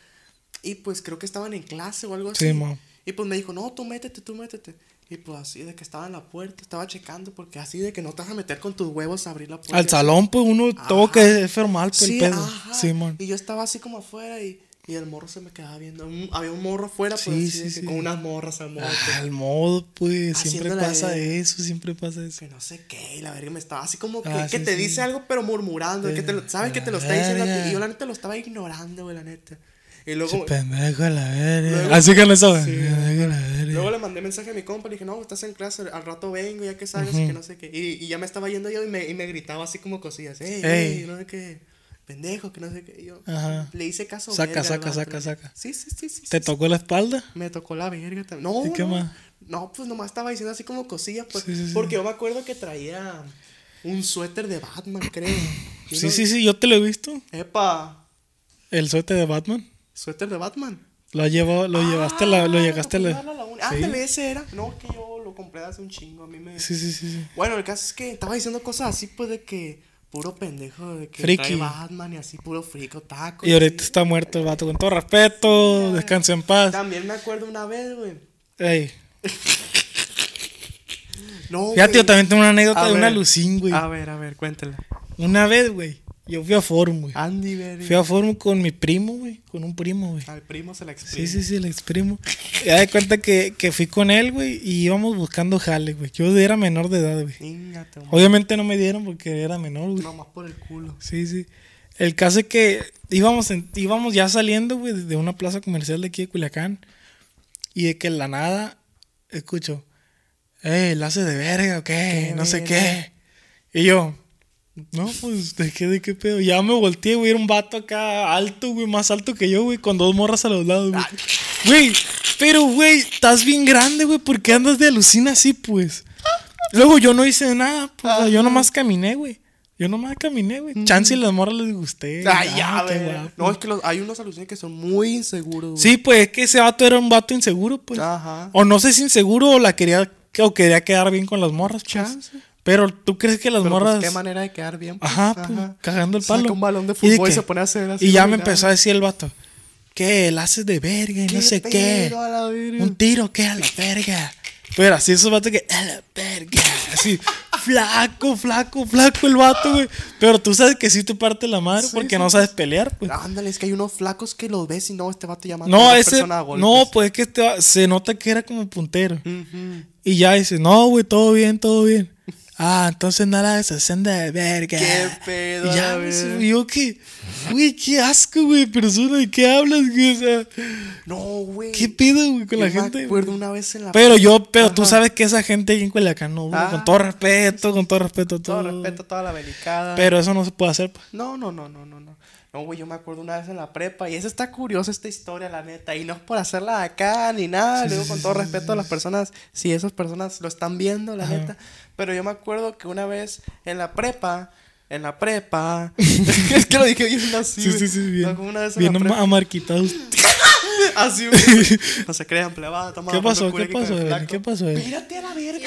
Y pues creo que estaban en clase o algo Sí, así. mo. y pues me dijo, no, tú métete, tú métete. Y pues así de que estaba en la puerta, estaba checando, porque así de que no te vas a meter con tus huevos a abrir la puerta. Al salón, pues uno tuvo que formal, pues Sí, el pedo. ajá. Simón. Y yo estaba así como afuera y, y el morro se me quedaba viendo. Un- había un morro afuera, pues Sí, así de sí, que sí. con unas morras al morro. Ah, Al modo, pues. Siempre Haciéndola pasa de- eso, siempre pasa eso. que no sé qué, y la verga me estaba así como que, Ah, que sí, te sí. Ah, dice algo pero murmurando, que te lo, sabes que te lo está La diciendo a ti, verga. y yo la neta lo estaba ignorando, güey, la neta. Y Ese luego, pendejo a la verga. Luego- Así que no saben. Sí. Pendejo a la verga. luego le mandé mensaje a mi compa, le dije, no, estás en clase, al rato vengo, ya que salgas, y que no sé qué. Y, y ya me estaba yendo yo y me, y me gritaba así como cosillas, ey, Ey. ey, no sé qué, pendejo, que no sé qué. Y yo Ajá. le hice caso. Saca, verga al saca, vato, saca, la neta. saca. Sí, sí, sí, sí. ¿Te sí, tocó la espalda? Me tocó la verga también. No, ¿Y qué no. más? No, pues nomás estaba diciendo así como cosillas, pues. Sí, sí, sí. Porque yo me acuerdo que traía un suéter de Batman, creo. Y Sí, uno- sí, sí, yo te lo he visto. Epa, El suéter de Batman. suéter de Batman. Lo, llevó, Ah, lo llevaste, a la, lo llegaste a la... Ándale, Ándale, ese era. No, que yo lo compré hace un chingo. A mí me. Sí, sí, sí. sí. Bueno, el caso es que estaba diciendo cosas así, pues de que. Puro pendejo, de que Friki. trae Batman y así, puro frico, taco. Y ahorita está muerto el vato, con todo respeto, descanse en paz. También me acuerdo una vez, güey. Ey. No, Fíjate, yo güey. también tengo una anécdota A de una ver, alucín, güey. A ver, a ver, cuéntela. Una vez, güey, yo fui a Forum, güey. Andy Berry. Fui a Forum con mi primo, güey, con un primo, güey. Al primo se la explica. Ah, Sí, sí, sí, el ex primo. Ya de cuenta que, que fui con él, güey, y íbamos buscando jale, güey. Yo era menor de edad, güey. Oh, Íngate, mamá. Obviamente no me dieron porque era menor, güey. Nomás por el culo. Sí, sí. El caso es que íbamos, en- íbamos ya saliendo, güey, de una plaza comercial de aquí de Culiacán. Y de que en la nada, escucho, ¡eh, la hace de verga o qué! No sé qué. Y yo, no, pues, ¿de qué, de qué pedo? Ya me volteé, güey, era un vato acá alto, güey, más alto que yo, güey, con dos morras a los lados, güey. Ah. Güey, pero, güey, estás bien grande, güey, ¿por qué andas de alucina así, pues? Luego yo no hice nada, pues, o sea, yo nomás caminé, güey. Yo nomás caminé, güey. Chance y las morras les gusté. Ay, Ah, ya, qué güey. guapo. No, es que los- hay unos alucines que son muy inseguros. güey. Sí, pues es que ese vato era un vato inseguro, pues. Ajá. O no sé si inseguro o la quería o quería quedar bien con las morras, pues. Chance. Pero tú crees que Oh, las Pero, pues, morras qué manera de quedar bien. pues. Ajá, pues, cagando el Saca palo. un balón de de fútbol y que- se pone a hacer así. Y ya me dominada. empezó a decir el vato, ¿qué? La haces de verga y no ¿Qué sé qué. pedo a la verga? Un tiro, ¿qué? A la verga. Pero así esos vatos que, a la verga. Así, flaco, flaco, flaco el vato, güey. Pero tú sabes que sí te parte la madre porque no sabes pelear, pues. Ándale, es que hay unos flacos que los ves y no, este vato llamando a No, una ese. persona a golpes. No, pues es que este va- se nota que era como puntero. Ujú. Y ya dice, no, güey, todo bien, todo bien. Ah, entonces nada de esa senda de verga. Qué pedo, Y a ya, güey, ver. yo que. Güey, qué asco, güey, persona, ¿de qué hablas, güey? O sea, No, güey. ¿qué pedo, güey, con la Yo gente? Me acuerdo una vez en la. Pero yo, pero tú Ajá. sabes que esa gente ahí en Culiacán, no, güey, Ah. con todo respeto, con todo respeto, Todo todo. respeto a toda la belicada. Pero eso no se puede hacer, pues. No, no, no, no, no, no. No, güey, yo me acuerdo una vez en la prepa y esa está curiosa esta historia, la neta. Y no es por hacerla de acá ni nada. Le digo con todo respeto a las personas, si esas personas lo están viendo, la neta. Pero yo me acuerdo que una vez en la prepa, en la prepa. es que lo dije bien así. Sí, güey. sí, sí, No, bien. como una vez en Bien la prepa. amarquitados. Así, güey. No se crean, plebada. toma, ¿Qué pasó? locura ¿Qué que pasó, me Evelyn? flaco. ¿Qué pasó, eh? Evelyn? Mírate a la verga.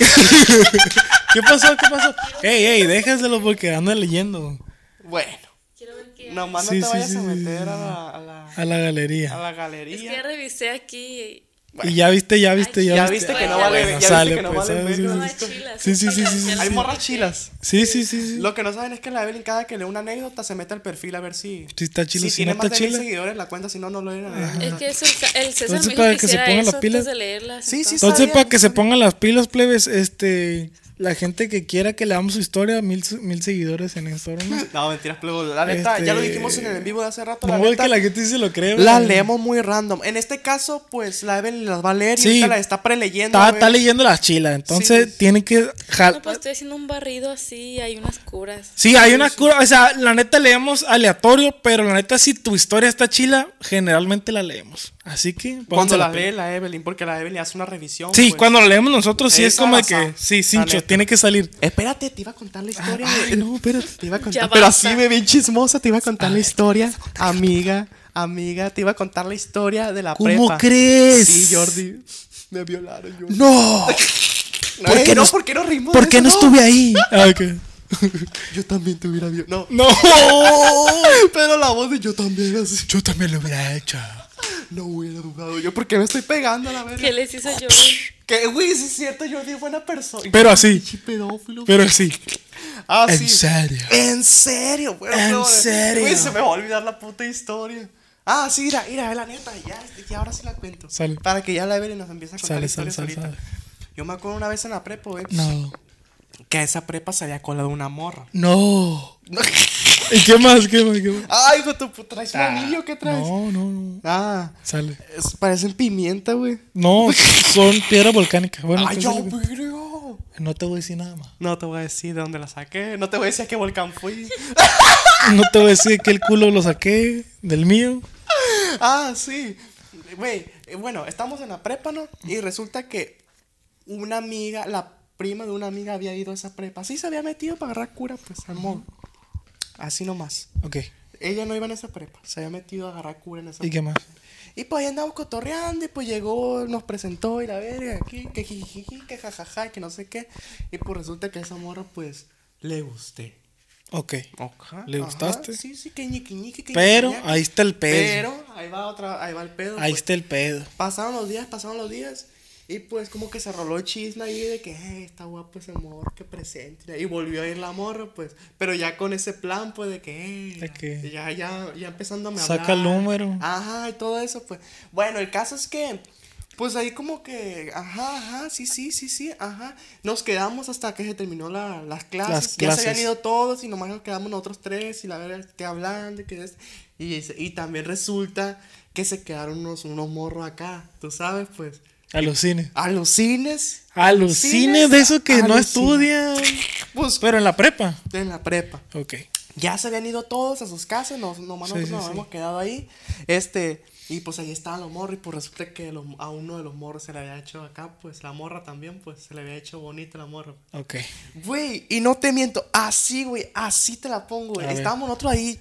¿Qué pasó? ¿Qué pasó? Ey, ey, déjaselo porque anda leyendo bueno, Quiero ver qué. nomás Sí, no sí, te vayas sí, a sí, meter sí, a la, a la, a la a galería. la Es galería. que ya revisé aquí. Bueno. Y ya viste, ya viste, Ay, ya, ya viste que no vale- ya viste sale, que no pues, vale ¿sabes? Sí, verga. No hay sí, sí. chilas. Sí, sí, sí, sí, sí, Ya Hay lo morras dije. chilas. Sí, sí, sí, sí. Lo que no saben es que la Evelyn cada que lee una anécdota se mete al perfil a ver si... Si está chila, si tiene no más está de mil chila. seguidores la cuenta, si no, no lo leen. Es que eso, el, el César Entonces, me dijo para que, que se hiciera pongan eso las pilas. antes de leerlas. Sí, sí, entonces. Entonces, sabía, para que se sabía. pongan las pilas, plebes, este. La gente que quiera que leamos su historia, mil, se- mil seguidores en Instagram. No, mentiras, pero la neta, ya lo Este- dijimos en el en vivo de hace rato. No, la güey, neta, que la gente sí se lo cree. las güey. leemos muy random. En este caso, pues, la Evelyn las va a leer y Sí. ahorita la está preleyendo. Está, güey. está leyendo las chilas, entonces Sí. tiene que. jal- No, pues estoy haciendo un barrido así y hay unas curas. Sí, hay una cura. O sea, la neta leemos aleatorio, pero la neta, si tu historia está chila, generalmente la leemos. Así que. Cuando pónganse la pila. lee la Evelyn, porque la Evelyn hace una revisión. Sí, pues. cuando la leemos nosotros, sí es Esa como de raza, que. Sí, la Sincho, neta. tiene que salir. Espérate, te iba a contar la historia. Ay, de- no, espérate. Te iba a Ya contar. Pero basta. así, bien chismosa, te iba a contar la historia. Amiga, amiga, te iba a contar la historia de la ¿Cómo prepa. crees? Sí, Jordi. Me violaron, Jordi. ¡No! No, eh, no, nos- ¿por qué no rimos? ¿Por qué no estuve ahí? Ah, ok. Yo también te hubiera violado. No. ¡No! Pero la voz de yo también así. Yo también lo hubiera hecho. No hubiera dudado yo porque me estoy pegando a la verga. ¿Qué les hizo Ah, yo? Que, güey, sí es cierto, Jordi es buena persona. Pero así. Pinche pedófilo. Pero sí. Ah, En sí. serio. En serio, güey. En no, güey. serio. Güey, se me va a olvidar la puta historia. Ah, sí, mira, mira, la neta, ya, ya ahora sí la cuento. Sale. Para que ya la Evelyn nos empiece a contar Sale, historias sale, sale, ahorita. Yo me acuerdo una vez en la prepa, güey, No. que a esa prepa se había colado una morra. No. ¿Y qué más? ¿Qué más? ¿Qué más? Ay, hijo de tu puta, ¿traes un anillo? ¿Qué traes? Ah, No, no, no. Ah, Sale. es- parecen pimienta, güey. No, son piedra volcánica. Bueno, Ay, entonces- yo, pero. no te voy a decir nada más. No te voy a decir de dónde la saqué. No te voy a decir a qué volcán fui. No te voy a decir que el culo lo saqué del mío. Ah, sí. Güey, eh, bueno, estamos en la prepa, ¿no? Y resulta que una amiga, la prima de una amiga había ido a esa prepa. Sí se había metido para agarrar cura, pues, al modo. Así nomás. Ok. Ella no iba en esa prepa. Se había metido a agarrar cura en esa ¿Y qué prepa. más? Y pues ahí andamos cotorreando y pues llegó, nos presentó y la verga, aquí, que jijiji, que jajaja, que no sé qué. Y pues resulta que a esa morra, pues, le gusté. Ok. Ajá, ¿Le ajá, gustaste? Sí, sí, que ñiqui, ñiqui, que Pero ñiqui, ñaqui. ahí está el pedo. Pero ahí va otra, ahí va el pedo. Ahí pues. está el pedo. Pasaron los días, pasaron los días. Y pues como que se roló el chisme ahí de que "Eh, está guapo ese amor que presente. Y volvió a ir la morra, pues. Pero ya con ese plan, pues, de que, "Eh, ¿De qué? ya, ya, ya empezándome a hablar. Saca el número. Ajá, y todo eso, pues. Bueno, el caso es que, pues ahí como que, ajá, ajá, sí, sí, sí, sí, ajá. Nos quedamos hasta que se terminó la- las clases. Las Ya se clases. habían ido todos y nomás nos quedamos nosotros tres y la verdad que hablando y que es- y, es- y también resulta que se quedaron unos, unos morros acá, tú sabes, pues. Alucine. Alucines, Alucine de eso que no Alucina. estudian. pues, Pero en la prepa. en la prepa. Ok. ya se habían ido todos a sus casas, nos, nomás Sí, nosotros sí, nos sí. habíamos quedado ahí. Este, y pues ahí estaban los morros, y pues resulta que los- a uno de los morros se le había hecho acá, pues la morra también, pues se le había hecho bonita la morra. Ok. Güey, y no te miento, así, güey, así te la pongo, güey. A ver. Estábamos nosotros ahí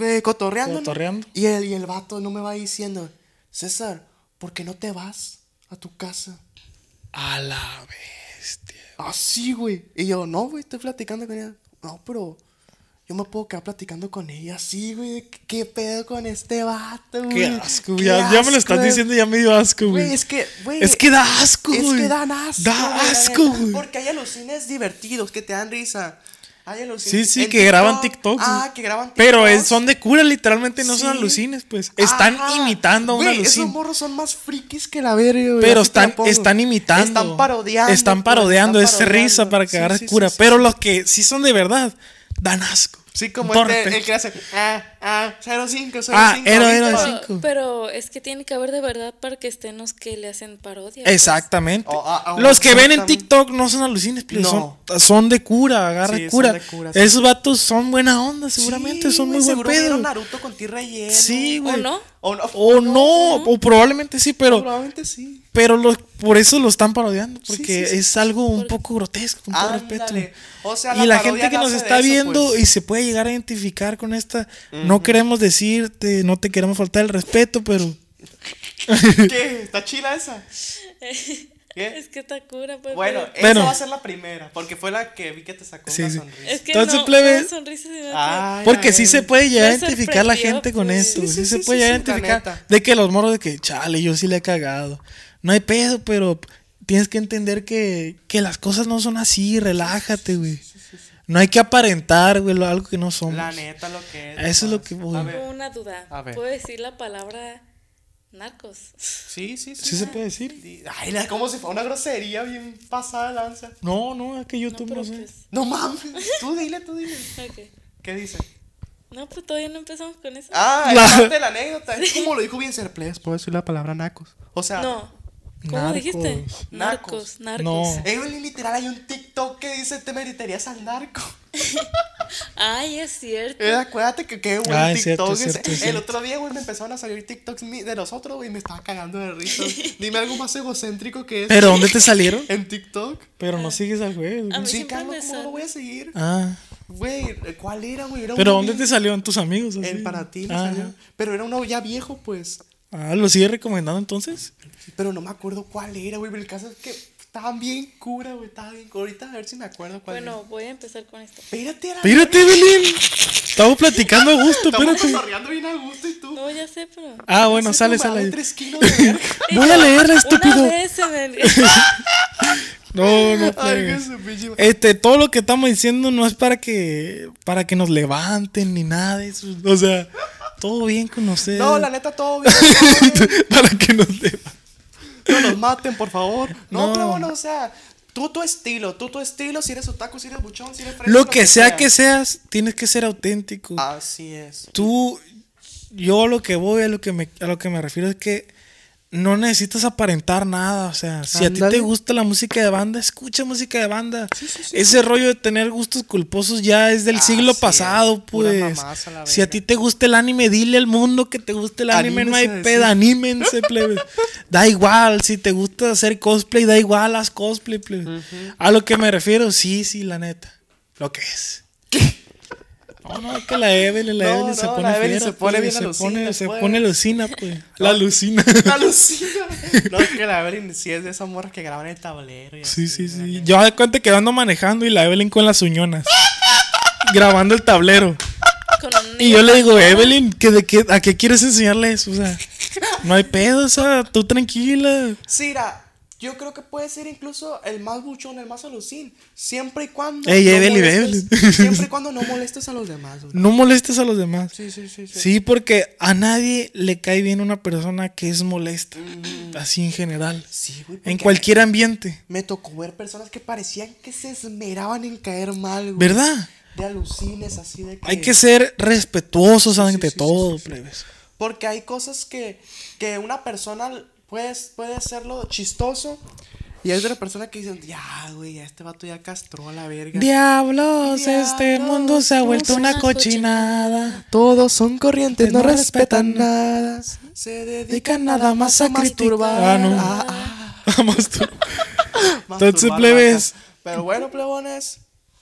eh, cotorreando. ¿no? Cotorreando. Y el, y el vato no me va diciendo, César, ¿por qué no te vas a tu casa? A la bestia. Así, Ah, güey. Y yo, no, güey, estoy platicando con ella. No, pero yo me puedo quedar platicando con ella. Sí, güey. ¿Qué- ¿Qué pedo con este vato, güey? Qué asco. Qué Ya, ya me lo asco, estás güey. diciendo, ya me dio asco, Güey, güey. es que, güey. Es que da asco, es güey. que dan asco. Da güey, la asco, neta, güey. Porque hay alucines divertidos que te dan risa. Hay Sí, alucines. sí, en que graban TikTok. Ah, que graban TikTok. Pero es- son de cura, literalmente, no son Sí. alucines, pues. Están Ajá. imitando a un Güey, alucín. Esos morros son más frikis que la verga, güey. Pero así te la están, pongo. están imitando. Están parodiando. Están pues, parodiando. están es risa parodiando. para que Sí, agarres sí, sí, cura. sí. pero los que sí son de verdad, dan asco. Sí, como Torpe. este, el que hace. Ah, ah, 05, 05. Ah, era, era, ¿viste? sí. cinco. Pero, pero es que tiene que haber de verdad para que estén los que le hacen parodia. pues. Exactamente. O- a- a- Los que ven en ah, exactamente. TikTok no son alucines, pero No. son, son de cura, agarra Sí, son cura. de cura, sí. Esos vatos son buena onda, seguramente Sí, son muy güey, buen seguro vieron pedo. Naruto con ti relleno. Sí, ¿O güey. no? O no. O no, o probablemente sí, pero, Probablemente sí. pero los, por eso lo están parodiando, porque sí, sí. es algo un poco grotesco, con todo Ándale. respeto. O sea, y la parodia gente que nos nace de está eso, viendo pues. y se puede llegar a identificar con esta, no queremos decirte, no te queremos faltar el respeto, pero ¿Qué? ¿Está chila esa? ¿Qué? Es que está cura, pues, Bueno, pero- esa Bueno. va a ser la primera, porque fue la que vi que te sacó Sí, una sí. sonrisa. Es que Entonces, no, plebe- una sonrisa de una- Ay, Porque ay, sí ay. se puede llegar a Me identificar la sorprendió, gente con pues. esto. Sí, güey. Sí, sí, se sí, puede sí, llegar sí, a la identificar. neta. De que los moros de que, chale, yo sí le he cagado. No hay pedo, pero tienes que entender que, que las cosas no son así. Relájate, güey. No hay que aparentar, güey, lo- algo que no somos. La neta, lo que es. Eso es lo nomás. que voy. A Tengo ver. una duda. A ver. ¿Puedo decir la palabra narcos? Sí, sí, sí. ¿Sí se puede decir? Sí. Ay, la- como si fuera una grosería bien pasada de lanza. No, no, es que yo tú Pero, no sé. pues, No mames. Tú dile, tú dile. ok. ¿Qué dice? No, pues todavía no empezamos con eso. Ah, La- es parte de la anécdota. Es como lo dijo bien Serples, puedo decir la palabra nacos. O sea, no. ¿Cómo Narcos. dijiste? Narcos. Narcos, narcos. No. Evelyn literal hay un TikTok que dice te meritarías al narco. Ay, es cierto. Eh, acuérdate que qué buen Ah, TikTok es cierto, es ese. cierto, es El cierto. otro día, güey, me empezaron a salir TikToks mi- de nosotros, güey, y me estaba cagando de risa. Dime algo más egocéntrico que eso. ¿Pero dónde te salieron? En TikTok. Pero no sigues al juego. A mí Sí, siempre Carlos, me ¿cómo lo sale. voy a seguir? Ah. Güey, ¿cuál era, güey? Era ¿Pero uno dónde te bien- salieron tus amigos? así? En para ti, me Ah, salió. Pero era uno ya viejo, pues. Ah, ¿lo sigues recomendando entonces? Pero no me acuerdo cuál era, güey. pero El caso es que estaban bien cura, güey. Estaban bien cura. Ahorita a ver si me acuerdo cuál era. Bueno, voy a empezar con esto. Espérate, era. Espérate, Belén. Estamos platicando a gusto, Estamos espérate. cotorreando bien a gusto y tú. No, ya sé, pero. Ah, bueno, Ese sale, camarón, sale. tres kilos de verga. Voy a leerla, estúpido. Una vez se me. No, Ay, no qué plebes. su pinche madre. Este, todo lo que estamos diciendo no es para que para que nos levanten ni nada de eso. O sea, todo bien con ustedes. No, la neta, todo bien. para que nos levanten. No nos maten, por favor. No, No. pero bueno, o sea, tú tu estilo, tú tu estilo, si eres otaku, si eres buchón, si eres fresco. Lo que sea que seas, tienes que ser auténtico. Así es. Tú yo lo que voy a lo que me a lo que me refiero es que no necesitas aparentar nada, o sea, si a ti Ándale. te gusta la música de banda, escucha música de banda. Ese rollo de tener gustos culposos ya es del Ah, siglo sí, pasado, pura pues. mamás a la si a verga. ti te gusta el anime, dile al mundo que te gusta el anime, no hay Anímense a peda, decir. anímense, plebes. Da igual, si te gusta hacer cosplay, da igual, haz cosplay, plebes. A lo que me refiero, sí, sí, la neta. Lo que es. No, no, es que la Evelyn, la No, Evelyn no, se pone la Evelyn fiera, se pone pues, bien alucina, Se pone, se pues. pone alucina, pues. La lucina. Alucina. No, es que la Evelyn sí es de esas morras que graban el tablero. y Sí, sí, así, la sí. neta. Yo de cuenta que ando manejando y la Evelyn con las uñonas. grabando el tablero. Con un Y yo le digo, Evelyn, ¿que de qué, ¿a qué quieres enseñarle eso? O sea, no hay pedo, o sea, tú tranquila. Sí, mira, yo creo que puede ser incluso el más buchón, el más alucín. Siempre y cuando. Ey, Evelyn, molestes- Evelyn. Siempre y cuando no molestes a los demás, güey. No molestes a los demás. Sí, sí, sí. sí. Sí, porque a nadie le cae bien una persona que es molesta. Así en general. Mm. Sí, güey. En porque cualquier ambiente. Me tocó ver personas que parecían que se esmeraban en caer mal, güey. ¿Verdad? De alucines, así de que. Hay que ser respetuosos ante sí, sí, todo, sí, sí. plebes. Porque hay cosas que, que una persona pues, puede hacerlo chistoso. Y hay otra persona que dicen, ya, güey, a este vato ya castró a la verga. Diablos, este Diablos, mundo se ha vuelto una una cochinada. Todos son corrientes, no respetan nada. Se dedican nada más a criticar. Ah, Ah, no. no. Vamos tú. Entonces, plebes. Pero bueno, plebones.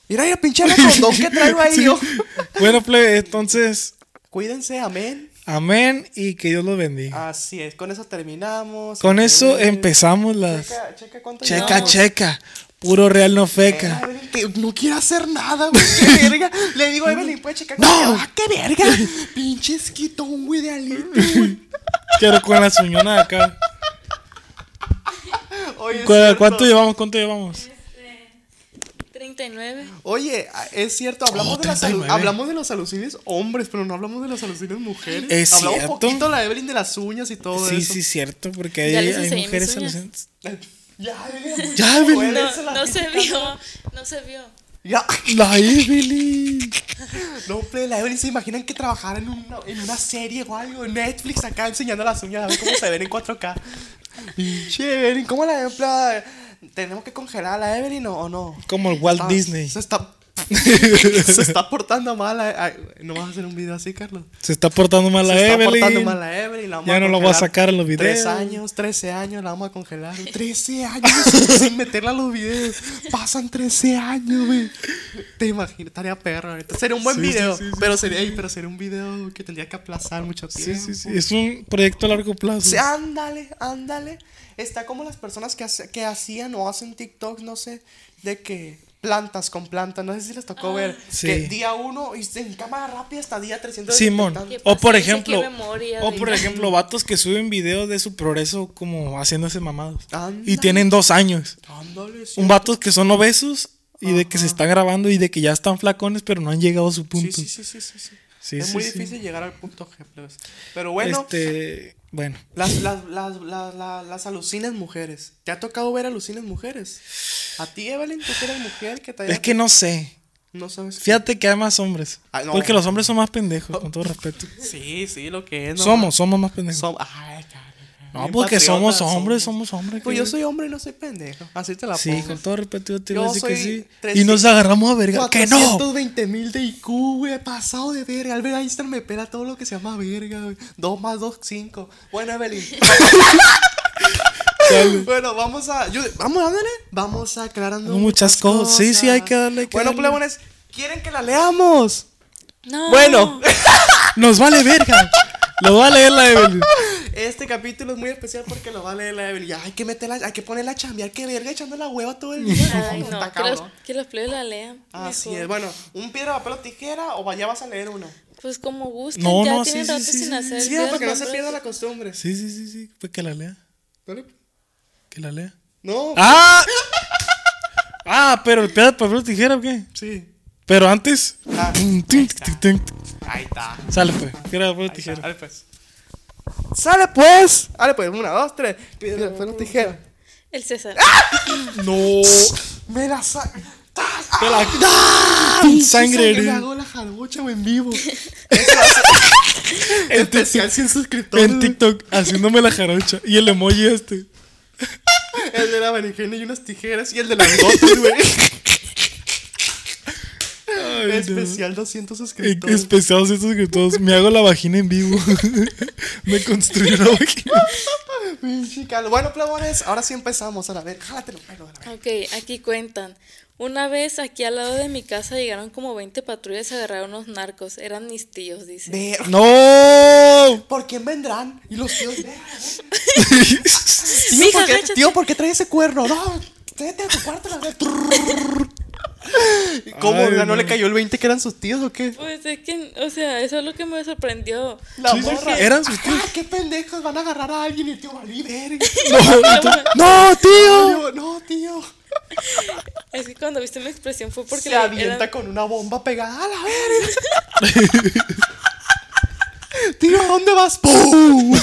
Mira, mira, pinche condón que traigo ahí yo. Bueno, plebes, entonces, Cuídense, amén. amén y que Dios los bendiga. Así es, con eso terminamos. Con eso Amén. empezamos las. Checa, checa cuánto Checa, llevamos. checa. Puro real no A feca. ver, que no quiere hacer nada, güey. Qué verga. Le digo a Evelyn, puede checar. ¡No! ¡Ah, qué verga! Pinche esquitón, güey, de alito. Quiero con las uñonas de acá. Oye, es ¿Cu- cierto. ¿Cuánto llevamos? ¿Cuánto llevamos? 39. Oye, a- es cierto, hablamos, Oh, de, las alu- 39. hablamos de los alucines hombres, pero no hablamos de los alucines mujeres. Es hablamos cierto. poquito la Evelyn de las uñas y todo Sí, eso. sí, cierto, porque hay, Ya les hay enseñé mis mujeres uñas. adolescentes. Ya, Evelyn. Ya, Evelyn. Evelyn, No, se la no se critica. vio. No se vio. Ya, La Evelyn. No, hombre, la Evelyn se imaginan que trabajara en una, en una serie o algo, en Netflix, acá enseñando las uñas a ver cómo se ven en 4K. Pinche Evelyn, ¿cómo la empleada? ¿Tenemos que congelar a la Evelyn o, o no? Como el Walt Está- Disney. Se está, se está portando mal. ay, ay, ¿No vas a hacer un video así, Carlos? Se está portando mal la se está Evelyn. portando mal la Evelyn. La vamos Ya no la voy a congelar sacar en los videos. Tres años, 13 años, la vamos a congelar. 13 años sin meterla a los videos. Pasan 13 años, güey. Te imaginas, estaría perro. ahorita. Sería un buen Sí, sí, video. sí, sí, pero, sería, ey, pero sería un video que tendría que aplazar mucho tiempo. Sí, sí, sí. Es un proyecto a largo plazo. Sí, ándale, ándale. Está como las personas que, hace- que hacían o hacen TikTok, no sé, de que plantas con plantas. No sé si les tocó ver Sí. que día uno y en cámara rápida hasta día 300. Simón. tanto. Qué O por paciencia, ejemplo. qué memoria O de- por ejemplo, vatos que suben videos de su progreso como haciéndose mamados. Ándale. Y tienen dos años. Ándale, sí. Un vatos que son obesos y de que se están grabando y de que ya están flacones, pero no han llegado a su Sí, punto. sí, sí, sí, sí, sí. Sí, es sí, muy sí. difícil llegar al punto G. plebes. Pero bueno, Este, bueno. las, las, las, las, las, las alucinas mujeres. ¿Te ha tocado ver alucinas mujeres? A ti, Evelyn, tú que eres mujer, que te haya- Es que no sé. no sabes. Fíjate que hay más hombres. Ah, no. Porque los hombres son más pendejos, con todo respeto. Sí, sí, lo que es. no somos, somos más pendejos. Som- Ay, cabrón. no, Bien porque patriota, somos hombres, somos hombres. Pues que- yo soy hombre y no soy pendejo. Así te la Sí, pongo. con todo respeto, yo te iba Yo a decir que soy sí. Y 300 nos agarramos a verga. ¡Que no! 420 mil de IQ, güey. Pasado de verga. Albert Einstein me pela todo lo que se llama verga, güey. 2 más 2, 5. Bueno, Evelyn. bueno, vamos a. yo- vamos, dándole. Vamos aclarando. Muchas cosas. Sí, sí, hay que darle, hay que bueno, darle. plebones, ¿quieren que la leamos? No. Bueno. ¡Nos vale verga! Lo va a leer la Evelyn. Este capítulo es muy especial porque lo va a leer la Evelyn. Ay, Hay que meterla, hay que ponerla a chambear, que verga echando la hueva todo el día. Ay, Está no, que cabrón. los, que los plebes la lean. Así mejor. es. Bueno, un piedra, papel o tijera o vaya vas a leer una. Pues como gusten, No, ya no, sí, tienen sí, rato sí, sin sí, hacer. Sí, videos porque no se nosotros. pierda la costumbre. Sí, sí, sí, sí. Pues que la lea. Dale. Que la lea. No. ¡Ah! ¡Ah! Pero el pedazo de papel o tijera o qué? Sí. Pero antes. Ah, Tum, tum, tum, tum, tum. Ahí está. Sale, pues. Piedra, papel o tijera. Dale pues. Sale pues. Dale pues. Una, dos, tres. Piedra, papel o tijera. El César. ¡Ah! No. Oh, Me la sa... Ah, Te la- Sangre. Me güey. hago la jarocha, güey, en vivo. Eso va a ser Especial 100 suscriptores. En TikTok haciéndome la jarocha. Y el emoji este. El de la berenjena y unas tijeras y el de las botas, güey. Ay, no. Especial 200 E- suscriptores. Especiales estos que todos me hago la vagina en vivo. me construí la vagina. Pinche calor. Bueno, plebones, ahora sí empezamos. A la ver, jálatelo, pelo, a la ver. Ok, aquí cuentan. Una vez aquí al lado de mi casa llegaron como 20 patrullas y agarraron unos narcos. Eran mis tíos, dice. Ver, ¡No! ¿Por quién vendrán? Y los tíos, ver, tío, Mija, ¿por qué, agáchate. tío, ¿por qué traes ese cuerno? No, vete a tu cuarto, la ver. ¿Y ¿Cómo? Ay, ¿No, no. le cayó el 20 que eran sus tíos o qué? Pues es que, o sea, eso es lo que me sorprendió. La Sí, sí, morra. sí, eran sus tíos. Ah, qué pendejos, van a agarrar a alguien y el tío valí, verga. ¡No, tío! No, no, tío. Es que cuando viste mi expresión fue porque se le- avienta eran- con una bomba pegada a la verga. Tío, ¿a dónde vas? ¡Pum!